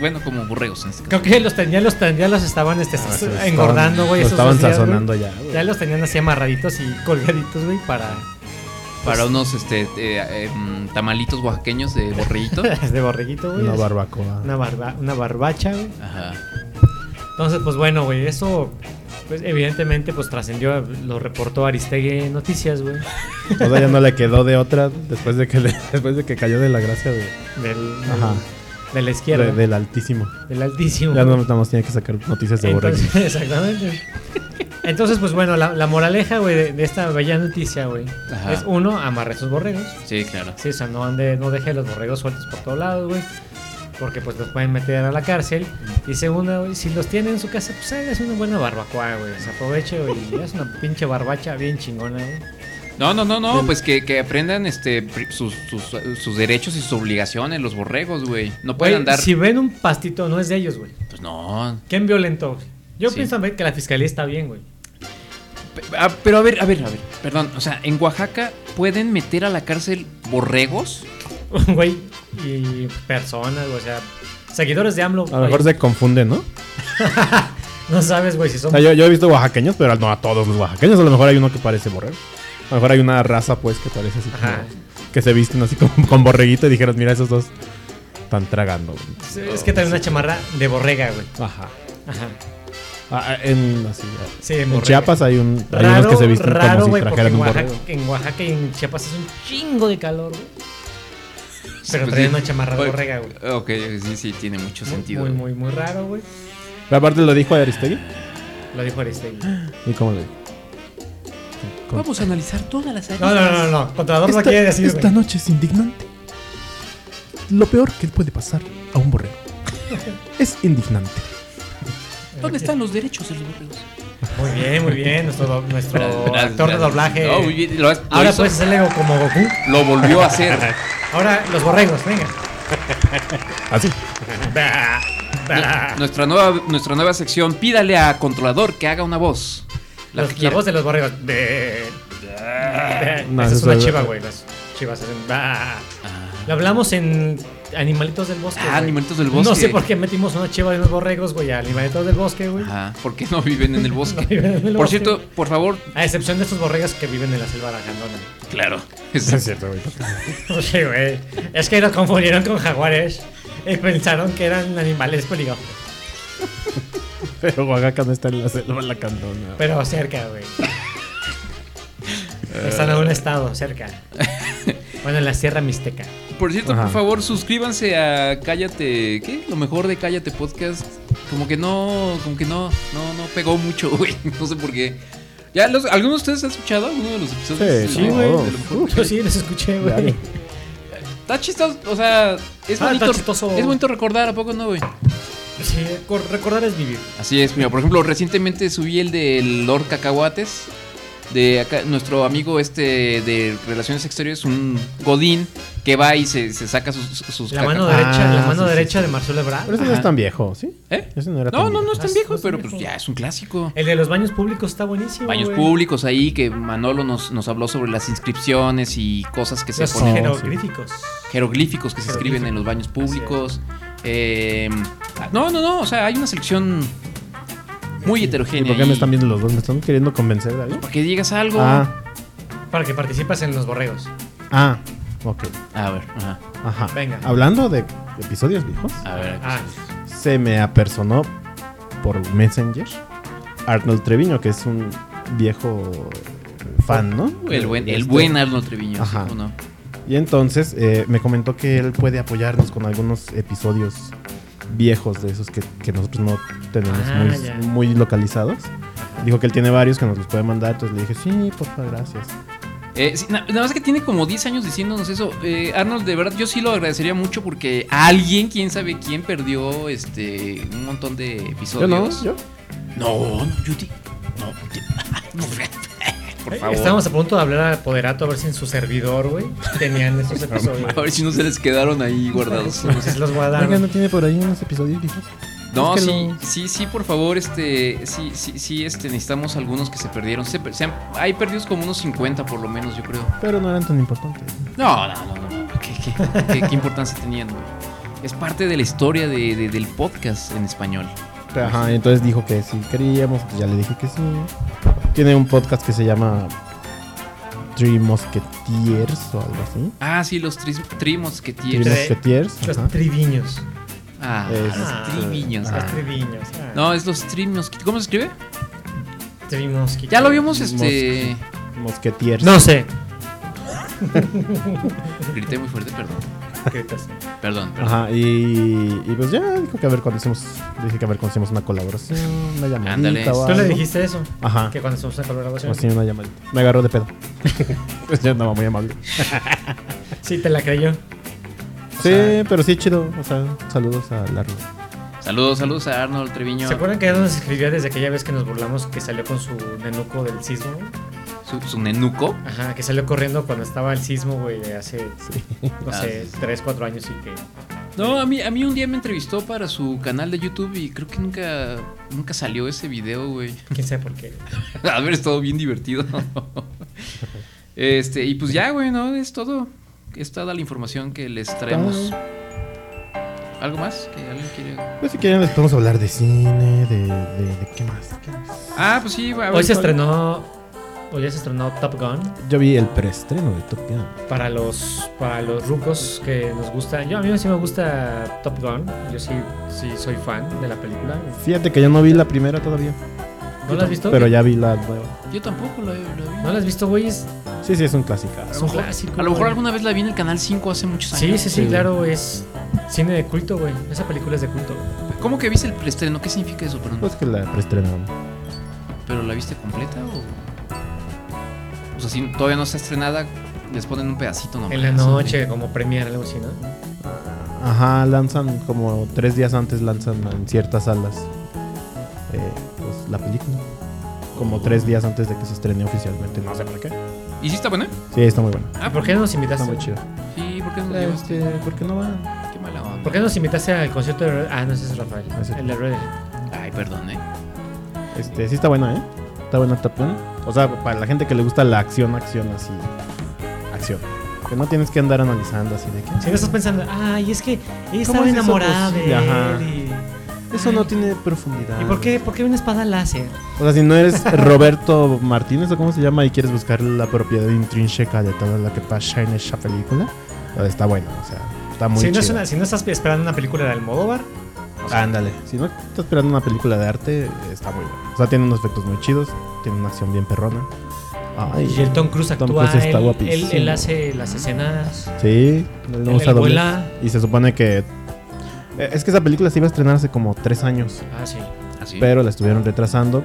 Bueno, como borregos en este caso. Creo que los tenían, los tenían, los estaban este, sí, los engordando, güey. estaban- los esos dos días, estaban sazonando güey. ya, güey. Ya los tenían así amarraditos y colgaditos, güey, para... Para unos este, eh, em, tamalitos oaxaqueños de borreguito. de borreguito, güey. Una así. barbacoa. Una, barba- una barbacha, güey. Ajá. Entonces, pues bueno, güey, eso... Pues evidentemente, pues trascendió, lo reportó Aristegui en Noticias, güey. O sea, ya no le quedó de otra después de que, le- después de que cayó de la gracia de, Del, Ajá. de la izquierda. de- del altísimo. Del altísimo. Ya no nada más tenía que sacar noticias de borrego. Entonces, exactamente. Entonces, pues bueno, la, la moraleja, güey, de, de esta bella noticia, güey, Ajá. es uno, amarre sus borregos. Sí, claro. Sí, o sea, no, ande, no deje los borregos sueltos por todos lados, güey. Porque pues los pueden meter a la cárcel. Mm. Y segundo, güey, si los tiene en su casa, pues es una buena barbacoa, güey. Se aproveche, güey. y Es una pinche barbacha bien chingona, güey. No, no, no, no, Del- pues que, que aprendan este pri- sus, sus- sus derechos y sus obligaciones, los borregos, güey. No pueden Güey, andar. Si ven un pastito, no es de ellos, güey. Pues no. ¿Quién violentó? güey? Yo Sí. pienso güey, que la fiscalía está bien, güey. Pe- ah, pero a ver, a ver, a ver. Perdón, o sea, en Oaxaca pueden meter a la cárcel borregos. Güey, y personas, güey, o sea, seguidores de AMLO. A lo mejor güey. se confunde, ¿no? Ah, No sabes, güey, si O son. sea, yo, yo he visto oaxaqueños, pero no a todos los oaxaqueños. A lo mejor hay uno que parece borrego. A lo mejor hay una raza, pues, que parece así. como- que se visten así con, con borreguito y dijeron, mira, esos dos están tragando. güey". Es que trae una chamarra de borrega, güey. Ajá. Ajá. Ah, en, así, Sí, en borrega. Chiapas hay, un, hay Raro, unos que se visten raro, como si güey, porque trajeran en un Oaxaca, borrego. en Oaxaca y en Chiapas es un chingo de calor, güey. Pero Pues trae sí. una chamarra de Oye, borrega, güey. Ok, sí, sí, tiene mucho sentido. Muy, muy, muy raro, güey. Pero aparte lo dijo Aristegui. Lo dijo Aristegui. ¿Y cómo lo dijo? ¿Cómo? Vamos a analizar todas las áreas. No, no, no, no. Contador no Esta- quiere decir, Esta güey. noche es indignante. Lo peor que puede pasar a un borrego es indignante. ¿Dónde están los derechos de los borregos? Muy bien, muy bien. Nuestro, do- nuestro Bra- actor de bra- doblaje. No, muy bien, lo has- lo Ahora pues, hizo- puedes hacerle como Goku. Lo volvió a hacer. Ahora los borregos, venga. Así. Nu- nuestra, nueva, nuestra nueva sección, pídale a controlador que haga una voz. La Los- que la quiera. voz de los borregos. No, Esa es eso una es- chiva, güey. Las chivas hacen. Ah. Lo hablamos en Animalitos del Bosque. Ah, güey. Animalitos del Bosque. No sé por qué metimos una chiva de unos borregos, güey, a Animalitos del Bosque, güey. Ajá, ¿Por qué no viven en el bosque? por bosque. cierto, por favor. A excepción de estos borregos que viven en la selva aragandona. Claro. Es cierto, güey. Sí, güey. Es que los confundieron con jaguares y pensaron que eran animales peligrosos. Pero Oaxaca no está en la selva la cantona. Pero cerca, güey. Están a un estado, cerca. Bueno, en la Sierra Mixteca. Por cierto, Ajá. por favor, suscríbanse a Cállate. ¿Qué? Lo mejor de Cállate Podcast. Como que no. Como que no. No, no pegó mucho, güey. No sé por qué. ¿Ya los, ¿Alguno de ustedes ha escuchado alguno de los episodios? Sí, güey. Yo sí les escuché, güey. Está chistoso. O sea, es Ah, bonito. está chistoso. Es bonito recordar, ¿a poco no, güey? Sí, cor- recordar es vivir. Así es, mira, por ejemplo, recientemente subí el del Lord Cacahuates, de acá- nuestro amigo este de Relaciones Exteriores, un Godín, que va y se, se saca sus, sus La mano caca- derecha, la mano derecha de Marcelo Ebrard. Pero ese no es tan viejo, ¿sí? ¿Eh? Ese no era No, tan no, no viejo. Ah, es tan viejo, pero pues ya es un clásico. El de los baños públicos está buenísimo. Baños güey. públicos ahí, que Manolo nos, nos habló sobre las inscripciones y cosas que se Los ponen. jeroglíficos. Jeroglíficos que se escriben en los baños públicos. Eh, no, no, no, o sea, hay una selección muy ¿Y heterogénea. por qué me y- están viendo los dos? ¿Me están queriendo convencer, David? Para que digas algo. Ah, Para que participas en los borregos. ah, ok. A ver, ajá. Ajá. Venga. Hablando de episodios viejos, A ver. Ah, se me apersonó por Messenger Arnold Treviño, que es un viejo fan, ¿no? El buen, De el este- buen Arnold Treviño, Ajá. ¿sí o no? Y entonces eh, me comentó que él puede apoyarnos con algunos episodios viejos de esos que, que nosotros no tenemos Ah, ya. muy, muy localizados. Dijo que él tiene varios que nos los puede mandar, entonces le dije, sí, porfa, gracias. Eh, sí, na- nada más que tiene como 10 años diciéndonos eso. Eh, Arnold, de verdad, yo sí lo agradecería mucho porque alguien, quién sabe quién, perdió este un montón de episodios. ¿Yo no? No, no, yo te- No, te- no, por favor. Eh, Estábamos a punto de hablar al Poderato a ver si en su servidor, güey, tenían esos episodios. A ver si no se les quedaron ahí guardados. Entonces los guardaron. Oiga, ¿no tiene por ahí unos episodios viejos? No, Búsquelo. sí, sí, sí, por favor, este, sí, sí, sí, este, necesitamos algunos que se perdieron. Se per- se han- hay perdidos como unos 50 por lo menos, yo creo. Pero no eran tan importantes. No, no, no, no. ¿Qué, qué- qué- qué importancia tenían, güey? Es parte de la historia de- de- del podcast en español. Ajá, entonces dijo que sí queríamos, pues ya le dije que sí. Tiene un podcast que se llama Three Mosqueteers o algo así. Ah, sí, los tris- trimos que Three Mosqueteers. Los ajá. triviños. Ah, Es- los triviños. Los ah. triviños. ah. No, es los trimos. ¿Cómo se escribe? Triviños, Ya lo vimos, este. Mos- Mosqueteers. No sé. Grité muy fuerte, perdón. Gritas. Perdón, perdón. Ajá, y, y pues ya dijo que a ver cuando hacemos, dije que a ver cuando hacemos una colaboración, una llamadita Ándale. o Tú le algo. dijiste eso. Ajá. Que cuando hacemos una colaboración. Así una llamadita. Me agarró de pedo. pues ya andaba muy amable. Sí, te la creyó. sí, pero sí chido, o sea, saludos a Largo. Saludos, saludos a Arnold Treviño. ¿Se acuerdan que él nos escribía desde aquella vez que nos burlamos que salió con su nenuco del sismo? Su, su nenuco. Ajá, que salió corriendo cuando estaba el sismo, güey, de hace, no Ah, sé, 3, 4 años y que... No, a mí, a mí un día me entrevistó para su canal de YouTube y creo que nunca, nunca salió ese video, güey. ¿Quién sabe por qué? A ver, estado bien divertido. este, y pues ya, güey, ¿no? Es todo. Es toda la información que les traemos. ¿Algo más? ¿Que alguien quiere? Pues si quieren les podemos hablar de cine, de, de, de qué más. ¿Qué más? Ah, pues sí, a ver, Hoy se ¿cuál? estrenó o ya se estrenó Top Gun. Yo vi el preestreno de Top Gun. Para los, para los rucos que nos gusta. Yo a mí sí me gusta Top Gun. Yo sí, sí soy fan de la película. Fíjate que yo no vi la primera todavía. ¿No la has visto? Pero ya vi la nueva. Yo tampoco la, la vi. ¿No la has visto, güey? Es- Sí, sí, es un clásico. Es un clásico. A lo mejor güey. alguna vez la vi en el canal 5 hace muchos años. Sí, sí, sí, claro, es cine de culto, güey. Esa película es de culto. ¿Cómo que viste el preestreno? ¿Qué significa eso? Perdón. Pues que la preestrenaron. ¿Pero la viste completa o.? O sea, si todavía no está estrenada, les ponen un pedacito nomás. En la noche, como premiar algo así, ¿no? Ajá, lanzan como tres días antes, lanzan en ciertas salas eh, pues, la película. Como tres días antes de que se estrene oficialmente, no sé por qué. ¿Y sí está buena? Sí, está muy buena. Ah, ¿por qué no nos invitaste? Está muy chido. Sí, ¿por qué no la Eh, llevaste? ¿Por qué no va? Qué mala onda. ¿Por qué nos invitaste al concierto de... Red- Ah, no, ese es Rafael. Ese. El de Red. Ay, perdón, eh. Este, sí está buena, ¿eh? Está buena Top Gun. O sea, para la gente que le gusta la acción, acción así. Acción. Que no tienes que andar analizando así de que... Si no estás pensando, ay, es que ella ¿Cómo estaba es eso enamorada de posible? Ajá. él Eso no tiene profundidad. ¿Y por qué, por qué una espada láser? O sea, si no eres Roberto Martínez o cómo se llama y quieres buscar la propiedad intrínseca de todo lo que pasa en esa película, o sea, está bueno, o sea, está muy si, no chido. es una- si no estás esperando una película de Almodóvar, Ándale, si no estás esperando una película de arte, está muy bueno. O sea, tiene unos efectos muy chidos, tiene una acción bien perrona. Ay, y el Tom Cruise actúa, Cruise está él- él, guapísimo. él, hace las escenas. Sí, no Él- usa él dobles. vuela. Y se supone que. eh, Es que esa película se iba a estrenar hace como tres años. Ah, sí. ¿Ah, sí? Pero la estuvieron retrasando.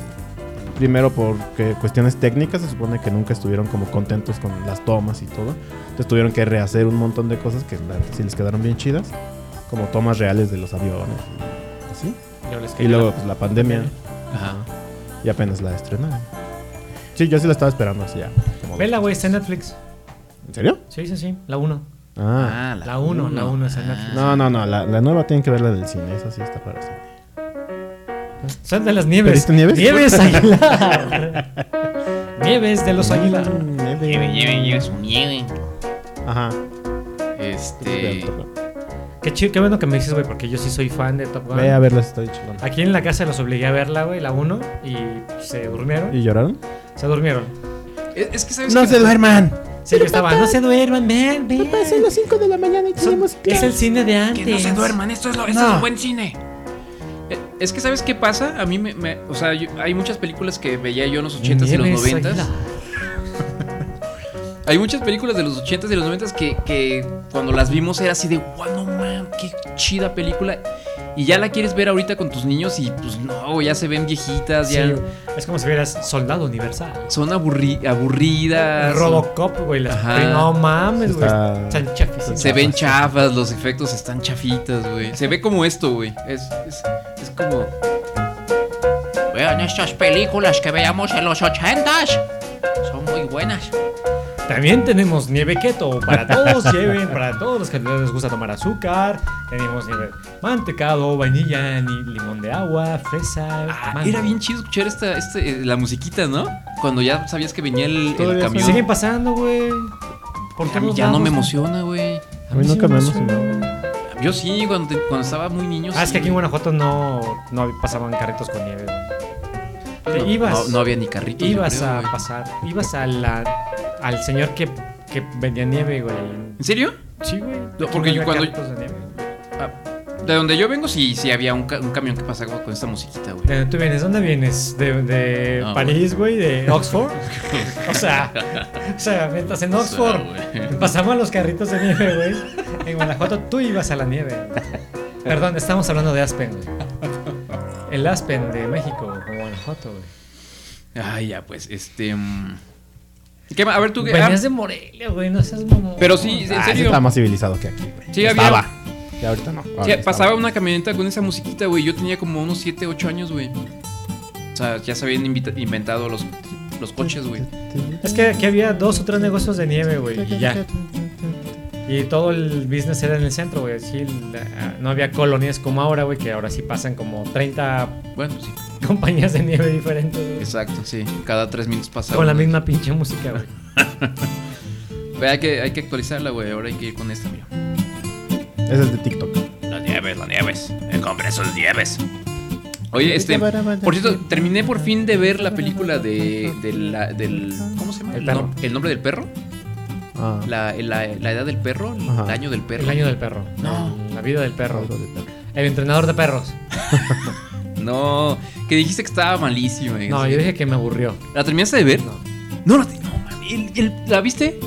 Primero porque cuestiones técnicas, se supone que nunca estuvieron como contentos con las tomas y todo. Entonces tuvieron que rehacer un montón de cosas que la- sí les quedaron bien chidas. Como tomas reales de los aviones. y Así. Luego les Y cayó luego la- pues, la pandemia. Ajá. Y apenas la estrenaron. Sí, yo sí la estaba esperando así ya. como- Vela, güey, está en Netflix. ¿En serio? Sí, sí, sí, la 1. Ah. la 1, la 1 está en Netflix. No, no, no. La, la nueva tienen que ver la del cine. Esa sí está para cine. Son de las nieves. ¿Pediste nieves? Nieves Aguilar. nieves de los Aguilar. Lleve, lleve, lleve su nieve. Mm, Ajá. Este. Qué chido, qué bueno que me dices, güey, porque yo sí soy fan de Top Gun. Ve a verla, estoy chingando. Aquí en la casa los obligué a verla, güey, la 1, y se durmieron. ¿Y lloraron? Se durmieron. Es, es que sabes No que- se duerman. Sí, yo estaba, no se duerman, ven, ven. Pasen las 5 de la mañana y tenemos que. Es el cine de antes. Que no se duerman, esto es, lo, esto No. es un buen cine. Eh, Es que, ¿sabes qué pasa? A mí me. me- o sea, yo- hay muchas películas que veía yo en los 80s y los Nieves 90s. Aguilar. Hay muchas películas de los 80s y los 90s que, que cuando las vimos era así de, wow, no man, qué chida película. Y ya la quieres ver ahorita con tus niños y pues no, ya se ven viejitas, ya Sí, es como si vieras Soldado Universal. son aburri- aburridas. Robocop, güey. las- Ajá. No mames, güey. Está- Están chafísimas. Se ven chafas, los efectos están chafitas, güey. Se ve como esto, güey. Es, es, es como. Vean estas películas que veíamos en los 80s. Son muy buenas. También tenemos nieve keto para todos, lleven, para todos los que les gusta tomar azúcar. Tenemos nieve mantecado, vainilla, ni limón de agua, fresa. mango. Ah, Era bien chido escuchar esta, este, eh, la musiquita, ¿no? Cuando ya sabías que venía el, el Todavía camión. Siguen pasando, güey. Por A mí todos ya no lados, me güey. emociona, güey. A mí nunca me Yo sí, cuando, te- cuando estaba muy niño. Ah, es sí. que aquí en Guanajuato no, no pasaban carritos con nieve. güey. Te No, ibas, no- no había ni carritos, yo Ibas creo, a güey. pasar, ibas a la, al señor que, que vendía nieve, güey. ¿En serio? Sí, güey. No, Aquí porque no yo había cuando- carritos de nieve. De donde yo vengo, sí, sí había un, ca- un camión que pasaba con esta musiquita, güey. ¿De dónde Eh, tú vienes? ¿Dónde vienes? ¿De, de Ah, París, güey? ¿De Oxford? o sea, o sea, mientras en Oxford güey. pasamos a los carritos de nieve, güey. En Guanajuato tú ibas a la nieve. Perdón, estamos hablando de Aspen, güey. El Aspen de México, güey, Guanajuato, güey. Ay, ya, pues, este. mm. ¿Qué más? A ver, tú qué. Venías ah, de Morelia, güey, no seas mono. Pero sí, en Pues Ah, ese serio. está más civilizado que aquí. güey. Sí, había- Estaba. Y ahorita no. Sí, Ahora pasaba una camioneta con esa musiquita, güey. Yo tenía como unos 7, 8 años, güey. O sea, ya se habían invita- inventado los, los coches, güey. Es que aquí había dos o tres negocios de nieve, güey, y ya. Y todo el business era en el centro, güey. Sí, la- no había colonias como ahora, güey, que ahora sí pasan como 30 Bueno, sí. compañías de nieve diferentes. güey. Exacto, sí. Cada 3 minutos pasaba. Con la una. misma pinche música, güey. Güey, hay, que, hay que actualizarla, güey. Ahora hay que ir con esta, mira. Ese es de TikTok. Las nieves, las nieves. Eh, compre sus nieves. Oye, este, por cierto, terminé por fin de ver la película de, de la- del... ¿Cómo se llama? El El, perro. nom- el nombre del perro. Ah. La, la- la edad del perro, el Ajá. año del perro. El año del perro. No. La vida del perro. El entrenador de perros. No, que dijiste que estaba malísimo. No, yo dije que me aburrió. ¿La terminaste de ver? No. No, la, te- no, mami, el- el- ¿la viste?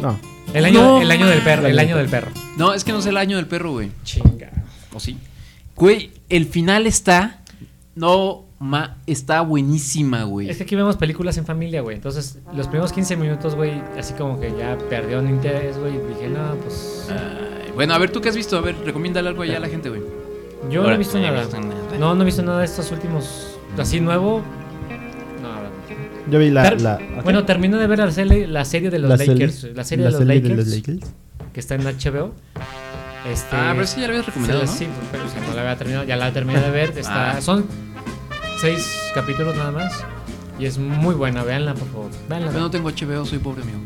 No. El año- el año del perro, el año del perro. No, es que no es el año del perro, güey. Chinga. ¿O sí? Güey, el final está. No, ma, está buenísima, güey. Es que aquí vemos películas en familia, güey. Entonces, los primeros 15 minutos, güey, así como que ya perdieron interés, güey. Dije, no, pues. Ay, Bueno, a ver, ¿tú qué has visto? A ver, recomiéndale algo allá a la gente, güey. Eh, Yo no Ahora, he visto no he nada. visto nada. No, no he visto nada de estos últimos. Así nuevo. No, la verdad. Yo vi la- Ter- la- Bueno, terminé de ver la serie, la serie de los La serie- Lakers. La serie la de, los, serie de Lakers, los Lakers. Que está en HBO. Este, Ah, pero sí ya la habías recomendado, se- ¿no? Sí, pero o sea, no la había terminado. Ya la terminé de ver. Está, Ah. Son seis capítulos nada más. Y es muy buena. Veanla, por favor. Véanla, Yo no tengo HBO, soy pobre amigo.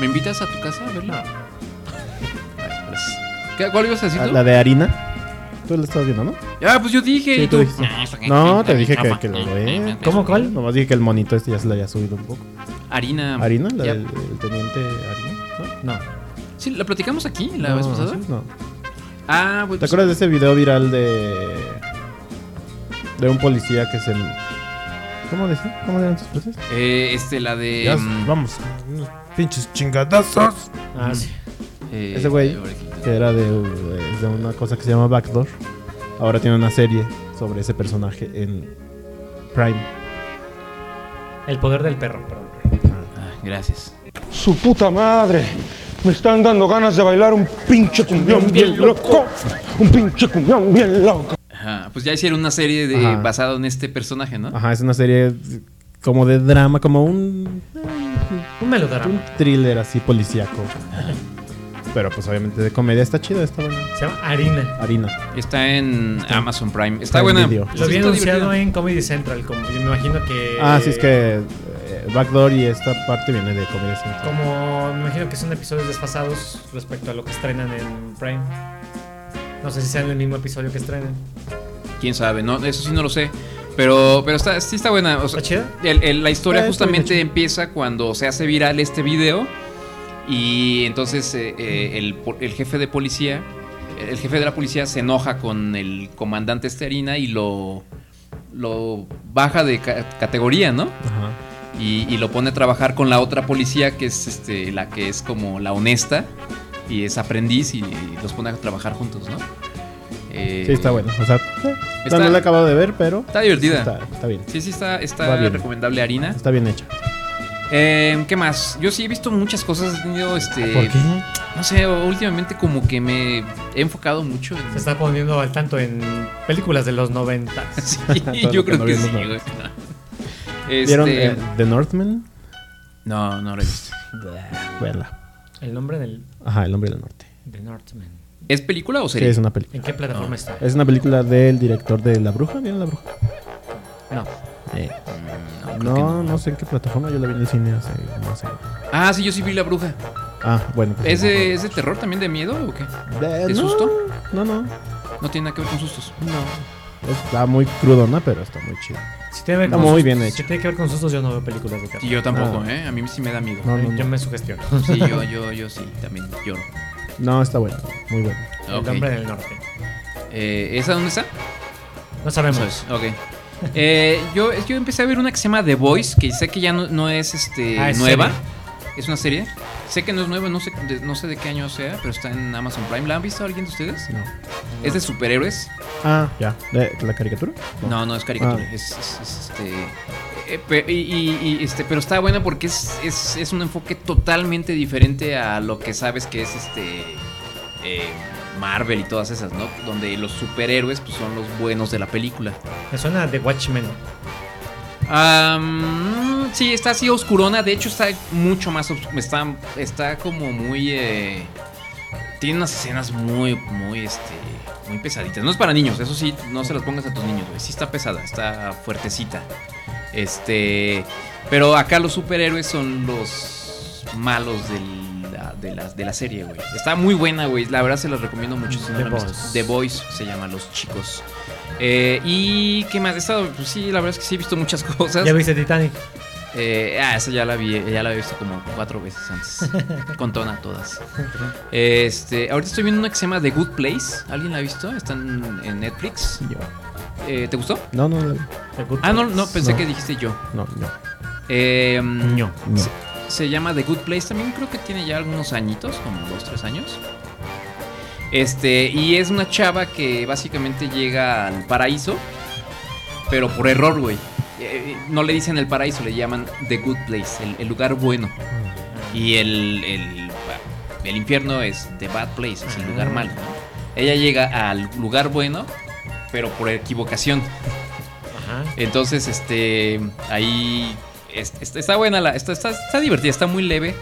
¿Me invitas a tu casa a verla? pues, ¿Qué- ¿Cuál ibas a decir Ah, tú? La de harina. Tú la estás viendo, ¿no? Ah, pues yo dije. Sí, ¿y tú tú? dijiste. No, te dije que, que Ah, lo ve. ¿Cómo cuál? Nomás dije que el monito este ya se le había subido un poco. Harina. ¿Harina? ¿La Ya. del del teniente Harina? No. Mm. Sí, ¿la platicamos aquí la No, vez pasada? sí, no. Ah, bueno. ¿Te acuerdas de ese video viral de. de un policía que se. ¿Cómo decía? ¿Cómo eran sus frases? Eh, este, la de. Ya, mm, vamos. unos Pinches chingadazos. Ah, sí. Eh, Ese güey, ahora aquí. que era de, eh, de una cosa que se llama Backdoor, ahora tiene una serie sobre ese personaje en Prime. El poder del perro, perdón. Gracias. Su puta madre. Me están dando ganas de bailar un pinche cumbión bien loco. Un pinche cumbión bien loco. Ajá, pues ya hicieron una serie de, Ajá. basado en este personaje, ¿no? Ajá, es una serie como de drama, como un, Un melodrama. un thriller así policíaco. Pero pues obviamente de comedia está chido, está bueno. Se llama Harina. Harina. Está en Amazon Prime. Está Prime buena. Video. Lo había Está anunciado en Comedy Central. Como, yo me imagino que. Ah, sí, es que eh, Backdoor y esta parte viene de comedia. central. Como me imagino que son episodios desfasados respecto a lo que estrenan en Prime. No sé si sean el mismo episodio que estrenan. eh. Quién sabe, no, eso sí no lo sé. Pero, pero está, sí está buena. O sea, el- el- la historia Ah, está bien justamente empieza cuando se hace viral este video. Y entonces eh, eh, el, po- el jefe de policía. El jefe de la policía se enoja con el comandante este harina y lo. lo baja de ca- categoría, ¿no? Ajá. Y, y lo pone a trabajar con la otra policía, que es este. la que es como la honesta. Y es aprendiz. Y, y los pone a trabajar juntos, ¿no? Eh, Sí, está bueno. O sea, eh, está- no la he acabado de ver, pero. Está divertida. Está, está bien. Sí, sí, está, Va está bien. recomendable harina. Está bien hecha. Eh, ¿Qué más? Yo sí he visto muchas cosas. He tenido este. ¿Por qué? No sé, últimamente como que me he enfocado mucho Se en. está poniendo al tanto en películas de los 90. Sí, yo creo que sí, güey. Este, ¿Vieron eh, The Northman? No, no lo he visto. Verla. El nombre del Ajá, El Hombre del Norte. de Northman. ¿Es película o Sí, serie? es una película. ¿En qué plataforma está? Eh, Es una película del director de La Bruja. ¿Vieron La Bruja? No. Eh, no, no, sé en qué plataforma. Yo la vi en el cine hace. No sé. Ah, sí, yo sí vi La Bruja. Ah, bueno. pues ¿Es sí. de, es de terror también, de miedo o qué? De- ¿De no, susto? No, no. No tiene nada que ver con sustos. No. Está muy crudona, pero está muy chida. Si tiene que ver está con muy sustos- bien hecha. Si tiene que ver con sustos, yo no veo películas de terror. Y yo tampoco, Ah. ¿eh? A mí sí me da miedo. No, no, Yo no. me sugestiono. Sí, yo, yo, yo sí, también lloro. No, está bueno. Muy bueno. Ok. El hombre del norte. Eh, ¿Esa dónde está? No sabemos. Pues. sabes, ok. Eh, yo, yo empecé a ver una que se llama The Voice, que sé que ya no, no es este Ah, es nueva. serie. Es una serie. Sé que no es nueva, no sé, de, no sé de qué año sea, pero está en Amazon Prime. ¿La han visto alguien de ustedes? No. Es de superhéroes. Ah, ya. ¿De ¿La caricatura? No, no es caricatura. Ah. Es, es- es, este. eh, pe- y, y- y, este, pero está buena porque es, es, es un enfoque totalmente diferente a lo que sabes que es este. eh, Marvel y todas esas, ¿no? Donde los superhéroes pues, son los buenos de la película. Me suena de Watchmen. Am, sí, está así oscurona. De hecho, está mucho más obs- Está, está como muy. eh, tiene unas escenas muy, muy, este, muy pesaditas. No es para niños, eso sí, no se las pongas a tus niños, güey. Sí está pesada, está fuertecita. Este. Pero acá los superhéroes son los malos del- la- de, la, de la serie, güey. Está muy buena, güey. La verdad se las recomiendo mucho. si no la The han visto. Boys. The Boys se llama Los Chicos. Eh, ¿Y qué más? He estado, pues sí, la verdad es que sí he visto muchas cosas. ¿Ya viste Titanic? Eh, ah, esa ya la vi, ya la había visto como cuatro veces antes. Con tona todas. Este, ahorita estoy viendo una que se llama The Good Place. ¿Alguien la ha visto? Está en, en Netflix. Yo. Eh, ¿Te gustó? No, no, no. Ah, no, no, pensé No. que dijiste yo. No, no. Eh, mm, No. No. Se, se llama The Good Place. También creo que tiene ya algunos añitos, como dos, tres años. Este, y es una chava que básicamente llega al paraíso, pero por error, güey. Eh, eh, no le dicen el paraíso, le llaman The Good Place, el, el lugar bueno. Ah, Y el, el, el infierno es The Bad Place, es el lugar malo. ¿no? Ella llega al lugar bueno, pero por equivocación. Entonces, este, ahí es- es- está buena la, está, está, está divertida, está muy leve.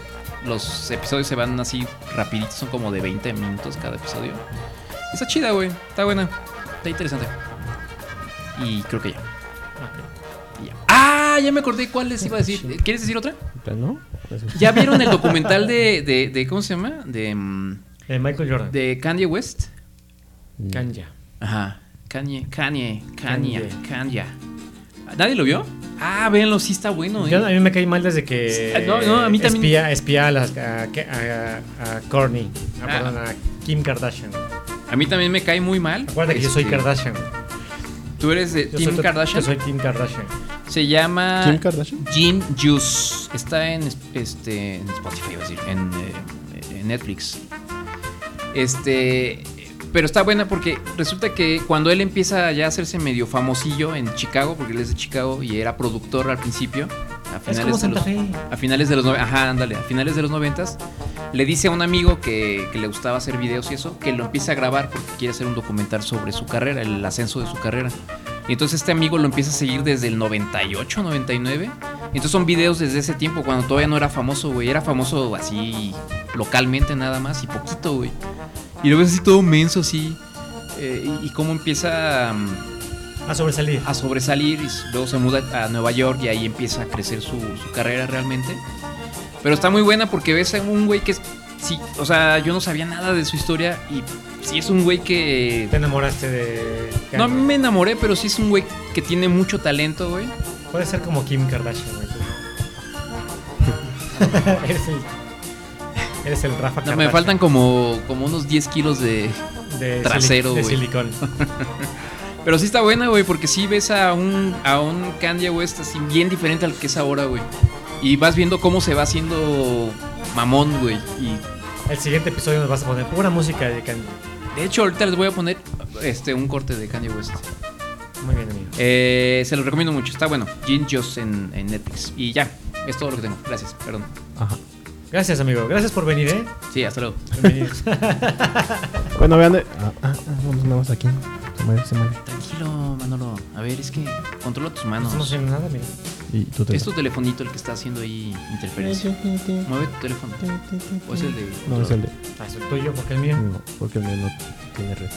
Los episodios se van así rapiditos, son como de 20 minutos cada episodio. Está chida, güey, está buena, está interesante. Y creo que ya. Y ya. Ah, ya me acordé cuál les iba a decir. ¿Quieres decir otra? ¿No? Pues ¿Ya vieron el documental de, de, de- cómo se llama? De, mm, De Michael Jordan. de Kanye West. Mm. Kanye. Ajá. Kanye, Kanye, Kanye, Kanye. Kanye. ¿Nadie lo vio? Ah, véanlo, sí está bueno, eh. Yo- a mí me caí mal desde que. Ah, no, no, a mí también. Espía, espía a, las, a, a- a- a Kourtney. Ah, perdón, a Kim Kardashian. A mí también me cae muy mal. Acuérdate que yo soy Este, Kardashian. ¿Tú eres de Yo Kim soy to- Kardashian? Yo soy Kim Kardashian. Se llama ¿Kim Kardashian? Jim Juice. Está en es- este en Spotify, iba a decir, en, eh, en Netflix. Este, pero está buena porque resulta que cuando él empieza ya a hacerse medio famosillo en Chicago, porque él es de Chicago y era productor al principio, a Es como finales de Santa los Fe. a finales de los nove- ajá, ándale, a finales de los noventas, le dice a un amigo que, que le gustaba hacer videos y eso, que lo empiece a grabar porque quiere hacer un documental sobre su carrera, el ascenso de su carrera. Y entonces este amigo lo empieza a seguir desde el 98, 99. Y entonces son videos desde ese tiempo, cuando todavía no era famoso, güey. Era famoso así localmente nada más y poquito, güey. Y lo ves así todo menso, así. eh, y, y cómo empieza... mm, A sobresalir. a sobresalir y luego se muda a Nueva York y ahí empieza a crecer su, su carrera realmente. Pero está muy buena porque ves a un güey que es- sí, o sea, yo no sabía nada de su historia y sí es un güey que Te enamoraste de. no Kanye. me enamoré, pero sí es un güey que tiene mucho talento, güey. Puede ser como Kim Kardashian, güey. eres, el, eres el Rafa No, me Kardashian. faltan como, como unos 10 kilos de, De trasero, sili- de güey. silicón. Pero sí está buena, güey, porque sí ves a un, a un Kanye West así bien diferente al que es ahora, güey. Y vas viendo cómo se va haciendo mamón, güey. Y El siguiente episodio nos vas a poner pura música de Kanye. de hecho, ahorita les voy a poner este, un corte de Kanye West. Muy bien, amigo. Eh, se los recomiendo mucho, está bueno. Gin Joss en, en Netflix. Y ya, es todo lo que tengo. Gracias, perdón. Gracias, amigo. Gracias por venir, ¿eh? Sí, hasta luego. Bienvenidos. Bueno, vean. de- Ah, ah, ah, vamos nada más aquí. Se mueve, se mueve. Tranquilo, Manolo. A ver, es que controla tus manos. No estamos haciendo nada, mira. Y tú te. Es tu telefonito el que está haciendo ahí interferencia. Mueve tu teléfono. O es el de. No, es el de. Ah, es el tuyo, porque el mío. Mm. No, porque el mío no tiene red.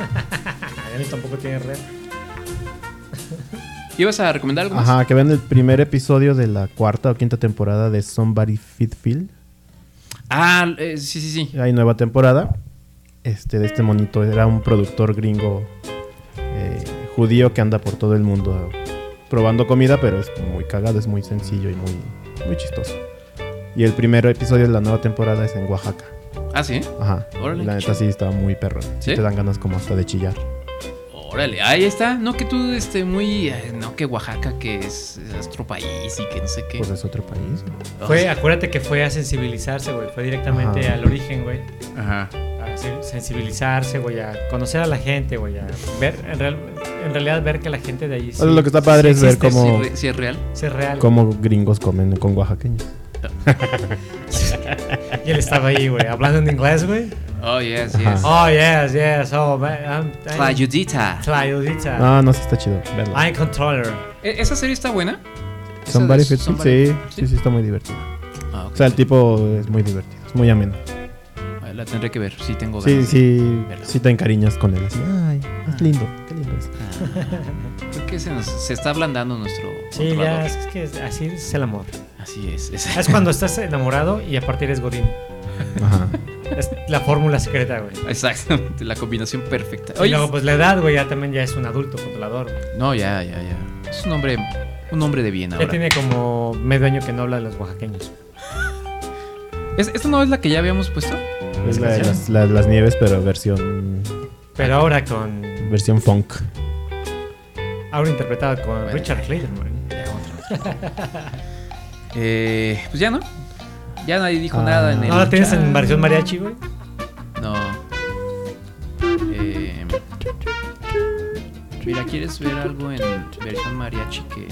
Ah, el mío tampoco tiene red. ¿Ibas a recomendar algo más? Ajá, que vean el primer episodio de la cuarta o quinta temporada de Somebody Fitfield. Ah, eh, sí, sí, sí. Hay nueva temporada. Este, de este monito. Era un productor gringo eh, judío que anda por todo el mundo probando comida, pero es muy cagado, es muy sencillo y muy, muy chistoso. Y el primer episodio de la nueva temporada es en Oaxaca. Ah, sí. Ajá. Órale, la qué neta sí está muy perro. ¿Sí? ¿Sí? Te dan ganas como hasta de chillar. Órale, ahí está. No que tú, este, muy. eh, no que Oaxaca, que es, es otro país y que no sé qué. Pues es otro país. Ah, Fue, sí. acuérdate que fue a sensibilizarse, güey. Fue directamente Ajá. al origen, güey. Ajá. A sen- sensibilizarse, güey. A conocer a la gente, güey. A ver, en, real- en realidad ver que la gente de ahí. O sea, lo que está padre es ver cómo. si es real. Sí es real. Cómo gringos comen con oaxaqueños. Y él estaba ahí, güey, hablando en inglés, güey. Oh, yes, Ajá. yes. Oh, yes, yes. Oh, man. I'm, I'm- Tlayudita. Tlayudita. Ah, no, sí está chido. Verlo. I'm controller. ¿E- ¿Esa serie está buena? ¿Esa Somebody de Fit Fit, Somebody sí, Fit sí, sí, está muy divertido. Ah, ok. O sea, el tipo es muy divertido, es muy ameno. Ah, La tendré que ver, sí Ah. tengo Sí, ganas. sí, sí te encariñas con él. así, Ay, es lindo, qué lindo es. Ah, Creo que se, nos- se está ablandando nuestro Sí, ya, controlador. es que es- así es el amor. Así es. Es cuando estás enamorado y aparte eres godín. Ajá. Es la fórmula secreta, güey. Exactamente, la combinación perfecta. Y Oye, luego, pues la edad, güey, ya también ya es un adulto controlador. güey. No, ya, ya, ya. Es un hombre, un hombre de bien Ya ahora. tiene como medio año que no habla de los oaxaqueños. ¿Es- ¿Esta no es la que ya habíamos puesto? Es pues la de las, la- las nieves, pero versión. Pero Ah, ahora con. Versión funk. Ahora interpretado con Richard Clayderman. Eh, Ah. pues ya no. Ya nadie dijo nada en el. ¿No Ah, la tienes en chat. versión mariachi, güey? No. Eh, mira, ¿quieres ver algo en versión mariachi que.?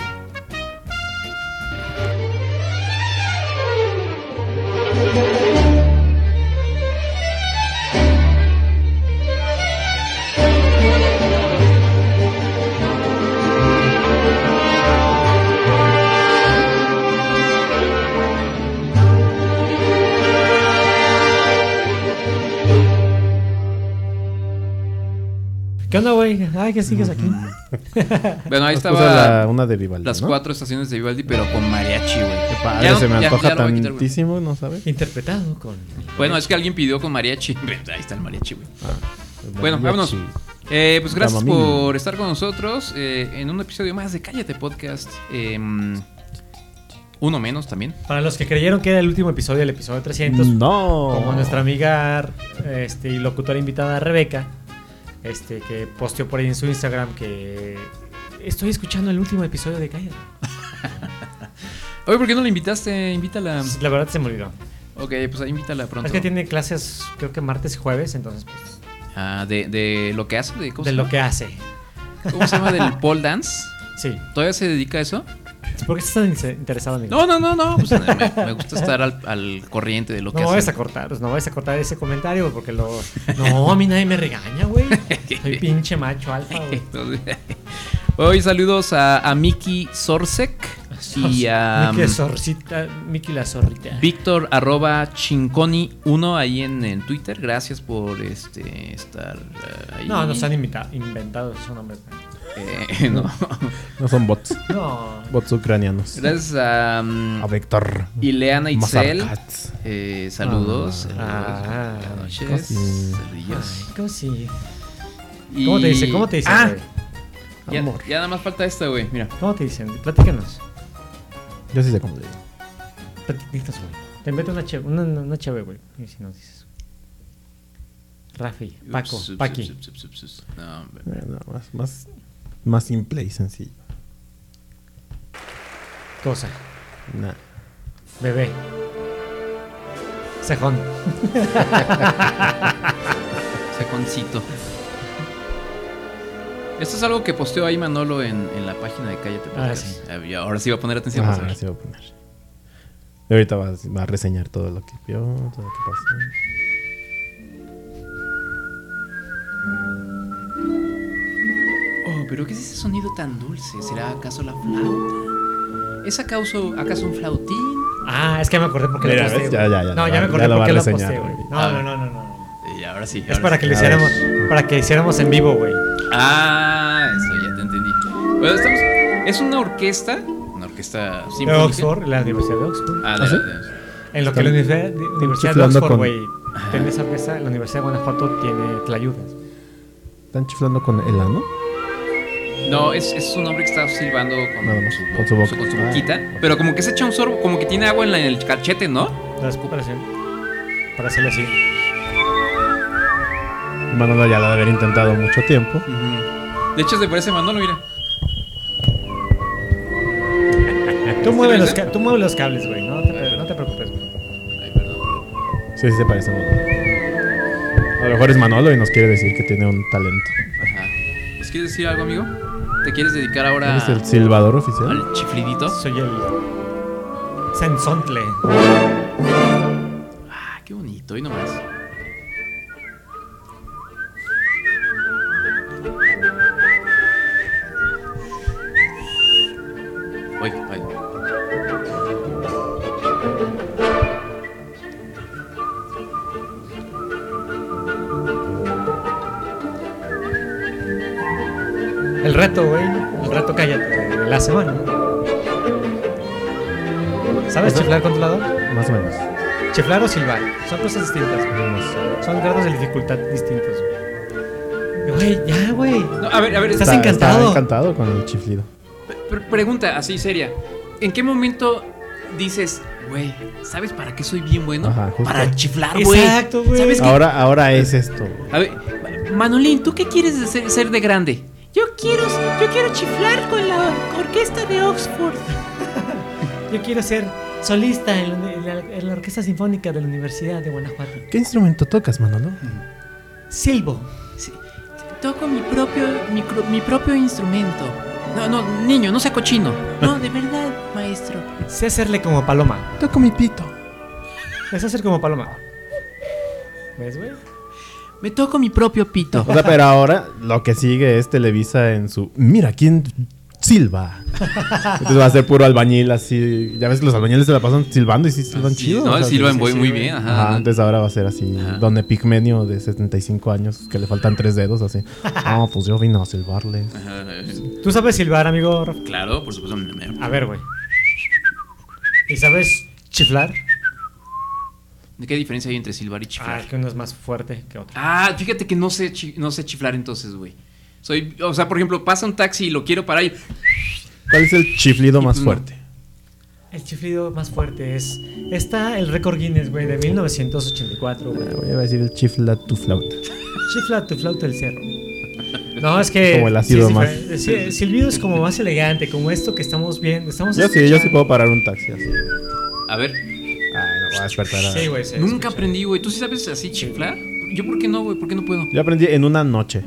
¿Qué onda, güey? Ay, que sigues aquí. Bueno, ahí Nos estaba. puso la- una de Vivaldi, Las ¿no? cuatro estaciones de Vivaldi, pero con mariachi, güey. Qué padre, se me antoja tantísimo, ¿no sabes? Interpretado con. Bueno, es que alguien pidió con mariachi. Ahí está el mariachi, güey. el bueno, mariachi. vámonos. Eh, pues gracias Dama mía. por estar con nosotros eh, en un episodio más de Cállate Podcast. Eh, uno menos también. Para los que creyeron que era el último episodio del episodio 300, Mm. No. como nuestra amiga este, y locutora invitada Rebeca, este, que posteó por ahí en su Instagram que estoy escuchando el último episodio de Cállate. Oye, ¿por qué no la invitaste? Invítala. La verdad se me olvidó. Ok, pues ahí invítala pronto. Es que tiene clases creo que martes y jueves, entonces pues, Ah, de, de lo que hace. De, ¿cómo de se lo llama? que hace. ¿Cómo se llama? ¿Del pole dance? Sí. ¿Todavía se dedica a eso? ¿Por qué estás inse- interesado, amigo? No, no, no, no. pues, me, me gusta estar al, al corriente de lo que No hace. vayas a cortar, pues, no vayas a cortar ese comentario porque lo... No, a mí nadie me regaña, güey. Soy pinche macho alfa, güey. Hoy saludos a, a Miki Sorsek y a Miki Zorcita, Miki la zorrita. Víctor arroba chinconi1 ahí en, en Twitter. Gracias por este estar eh, ahí. No, nos han invita- inventado esos nombres. Eh, no. No son bots. No. Bots ucranianos. Gracias a, mm, A Ah, Víctor. Ileana Itzel. Mazarcats. Eh, saludos. Ah, saludos. Buenas noches. cosi. Cerrillos. Ay, cosi. Y- ¿Cómo te dice? ¿Cómo te dice? Ah, güey? ya, ya nada más falta esta, güey. Mira. ¿Cómo te dicen? Platícanos. Yo sí sé cómo se dice. Platícanos, güey. Te invento una cheve, una, una cheve, güey. Y si nos dices. Rafi, Paco, Ups, ups, Paqui. ups, ups, ups, ups. No, hombre. Eh, no, más, más, más simple y sencillo. Cosa. Nah. Bebé. Cejón. Seconcito. Esto es algo que posteó ahí Manolo en, en la página de Cállate Ah, Podcast. sí. Ah, y Ahora sí va a poner atención. Ah, vas a ver. ahora sí voy a poner. Y ahorita va, a- va a reseñar todo lo que vio, todo lo que pasó. Oh, pero ¿qué es ese sonido tan dulce? ¿Será acaso la flauta? ¿Es acaso, acaso un flautín? Ah, es que me acordé porque Mira, lo posté. ves, ya, güey. ya, ya, no, ya, ya me ya acordé lo va porque a lo reseñar, posté, güey. güey. No, Ah. no, no, no, no. Y Eh, ahora sí. Es ahora para sí. que lo A ver. hiciéramos, para que hiciéramos en vivo, güey. Ah, eso ya te entendí. Bueno, estamos. Es una orquesta. Una orquesta De sinfónica. Oxford, la Universidad de Oxford. Ah, de- ¿sí? de- En lo que la Están- Universidad, están Universidad de chiflando Oxford, con- güey, tiene esa pieza, la Universidad de Guanajuato tiene tlayudas. ¿Están chiflando con el ano? No, es, es un hombre que está silbando con, Nada más, su, con su boca. con su Ah. boquita. Pero como que se echa un sorbo, como que tiene agua en, la- en el cachete, ¿no? Las para hacer, para hacerle así. Manolo ya lo ha de haber intentado mucho tiempo. De hecho, se parece a Manolo, mira. Tú mueves los, ca- tú mueve los cables, güey, no te, pre- no te preocupes, güey. Sí, sí se parece a Manolo. A lo mejor es Manolo y nos quiere decir que tiene un talento. Ajá. ¿Nos quieres decir algo, amigo? ¿Te quieres dedicar Ah, ahora ¿Eres el silbador oficial? al chiflidito? Soy el sensontle. Ah, qué bonito, y nomás. Uy, ay. El reto, güey, el reto cállate, de la semana. ¿Sabes Ajá. chiflar controlador? Más o menos. Chiflar o silbar. Son cosas distintas, güey. Son grados de dificultad distintos, güey. Güey, ya, güey. No, a ver, a ver, Estás está- encantado. Está encantado con el chiflido. Pre- pregunta así seria. ¿En qué momento dices, güey, ¿sabes para qué soy bien bueno? Ajá, justo. Para chiflar, güey. Exacto, güey. ¿Sabes qué? Ahora, ahora es esto. A ver, Ma- Manolín, ¿tú qué quieres de ser, ser de grande? Yo quiero, yo quiero chiflar con la orquesta de Oxford. Yo quiero ser solista en la, en la- en la Orquesta Sinfónica de la Universidad de Guanajuato. ¿Qué instrumento tocas, Manolo? Silbo. Toco mi propio, mi, cro- mi propio instrumento. No, no, niño, no sea cochino. No, de verdad, maestro. Sé hacerle como paloma. Toco mi pito. Es hacer como paloma. ¿Ves, güey? Me toco mi propio pito. O sea, pero ahora lo que sigue es Televisa en su. Mira quién silba. Entonces va a ser puro albañil así. Ya ves que los albañiles se la pasan silbando y sí silban chido. no, o sea, silban sí, muy- sí, muy güey. bien, ajá. Entonces ahora va a ser así. Don Epigmenio de 75 años que le faltan tres dedos así. No, pues yo vine a silbarle. ¿Tú sabes silbar, amigo Rafa? Claro, por supuesto. A ver, güey. ¿Y sabes chiflar? ¿De qué diferencia hay entre silbar y chiflar? Ah, que uno es más fuerte que otro. Ah, fíjate que no sé, chi- no sé chiflar entonces, güey. Soy, o sea, por ejemplo, pasa un taxi y lo quiero parar y... ¿Cuál es el chiflido más pues, fuerte? El chiflido más fuerte es. Está el récord Guinness, güey, de 1984, güey. Voy a decir el chifla tu flauta. Chifla tu flauta del cerro. No, es que. Como el ácido sí, es más. diferente. Sí, el silbido es como más elegante, como esto que estamos viendo. Estamos Yo sí, yo sí escuchando. puedo parar un taxi así. A ver. Ay, no, voy a despertar a- Sí, güey, sí, Nunca aprendí, güey. ¿Tú sí sabes así chiflar? Yo, ¿por qué no, güey? ¿Por qué no puedo? Yo aprendí en una noche.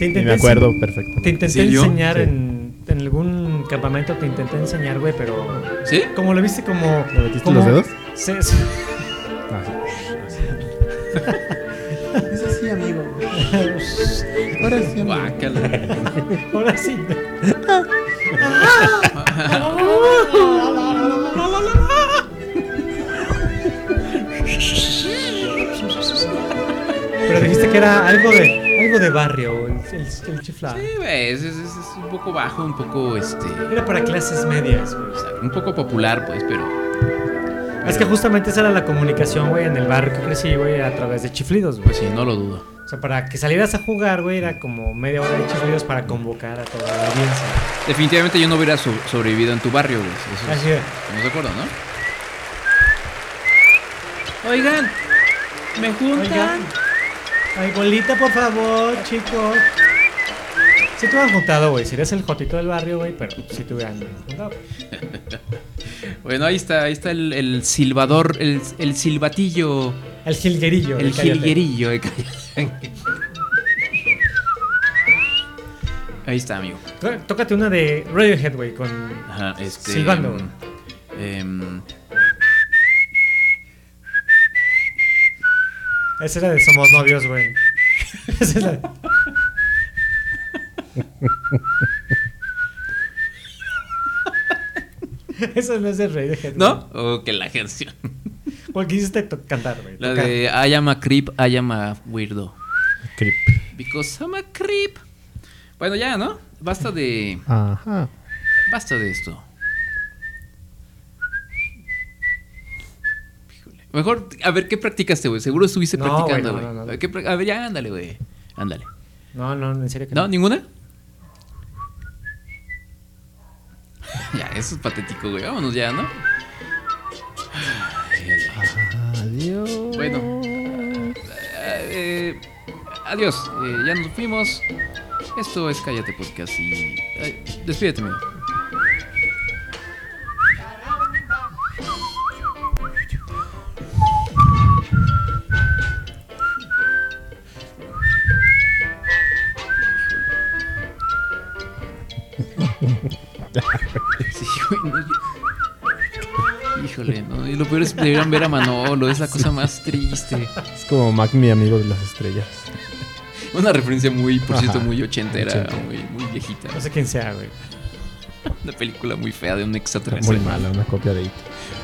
Te Y intenté me acuerdo ense- perfecto. Te intenté ¿En serio? enseñar Sí. en, en algún campamento, te intenté enseñar, güey, pero. ¿Sí? Como lo viste como. ¿Le metiste como- los dedos? Sí, sí. Es así, amigo. Ahora sí, Ah, amigo. Ahora sí. Pero dijiste que era algo de algo de barrio, el, el, el chiflado. Sí, güey, es, es- es- es un poco bajo, un poco, este... Era para clases medias, güey. Un poco popular, pues, pero... Es que justamente esa era la comunicación, güey, en el barrio que crecí, güey, a través de chiflidos, güey. Pues sí, no lo dudo. O sea, para que salieras a jugar, güey, era como media hora de chiflidos para convocar a toda la audiencia. Definitivamente yo no hubiera so- sobrevivido en tu barrio, güey. Eso es- Así es. Estamos de acuerdo, ¿no? Oigan, me juntan. Ay, bolita, por favor, chicos. Si te hubieran juntado, güey, serías el jotito del barrio, güey, pero si te hubieran juntado. Bueno, ahí está, ahí está el, el silbador, el, el silbatillo. El jilguerillo. El de Cállate. jilguerillo. de Cállate. Ahí está, amigo. Tó- Tócate una de Radiohead, güey, con... Ajá, este. Silbando, em, em, Esa era de Somos Novios, güey. Esa es la... Esa no es de Radiohead. ¿No? Oh, que la canción. ¿Cuál quisiste to- cantar, güey? La Tocar. de I am a creep, I am a weirdo. Creep. Because I'm a creep. Bueno, ya, ¿no? Basta de. Ajá. Basta de esto. Híjole. Mejor, a ver, ¿qué practicaste, güey? Seguro estuviste No, practicando, güey, güey. no, no, no. A ver, ¿qué pra- a ver, ya, ándale, güey. Ándale. No, no, en serio que ¿No? ¿Ninguna? ya, eso es patético, güey. Vámonos ya, ¿no? Ay, ay, ay. Adiós. Bueno. Eh, adiós. Eh, ya nos fuimos. Esto es Cállate Podcast y... eh, despídete, amigo. Sí, güey, no, yo- Híjole, no. Y lo peor es que deberían ver a Manolo, es la cosa más triste. Es como Mac, mi amigo de las estrellas. Una referencia muy, por cierto, Ajá, muy ochentera, ochentera. Muy, muy viejita. No sé quién sea, güey. Una película muy fea de un extraterrestre. Muy mala, una copia de IT.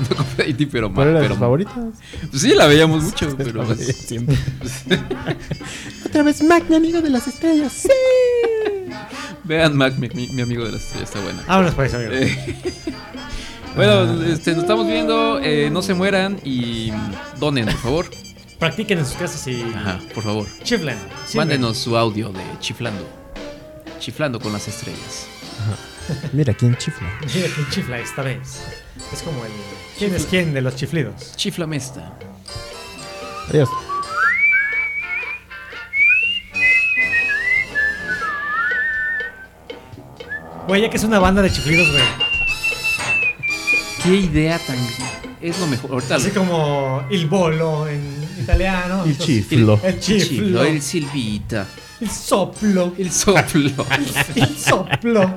Una copia de IT, pero ¿Cuál mal. era de pero tus favoritas? Pues sí, la veíamos mucho, pero. veía siempre. Otra vez Mac, mi amigo de las estrellas. Sí. Vean Mac, mi, mi- mi amigo de las estrellas, está buena. pues, Vámonos por eso, amigo. Eh, Bueno, Ah. este, nos estamos viendo. eh, no se mueran y donen, por favor. Practiquen en sus casas y. Ajá, por favor. Chiflen. sirven. Mándenos su audio de chiflando. Chiflando con las estrellas. Mira quién chifla. Mira quién chifla esta vez. Es como el. ¿Quién es quién de los chiflidos? Chiflame esta. Adiós. Güey, ya que es una banda de chiflidos, güey. Qué idea tan. Es lo mejor. Ahorita Así lo- como il bolo en italiano. Il chiflo. El chiflo. El silvita. Il soplo. El soplo. Il soplo.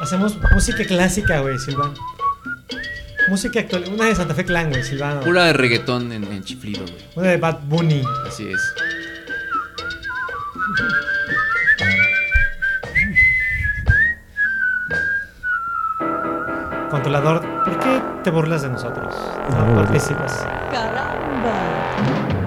Hacemos música clásica, güey, Silvano. Música actual. Una de Santa Fe Clan, güey, Silvano. Pura de reggaetón en, en chiflido, güey. Una de Bad Bunny. Así es. Controlador, ¿por qué te burlas de nosotros? No No, participas. Caramba.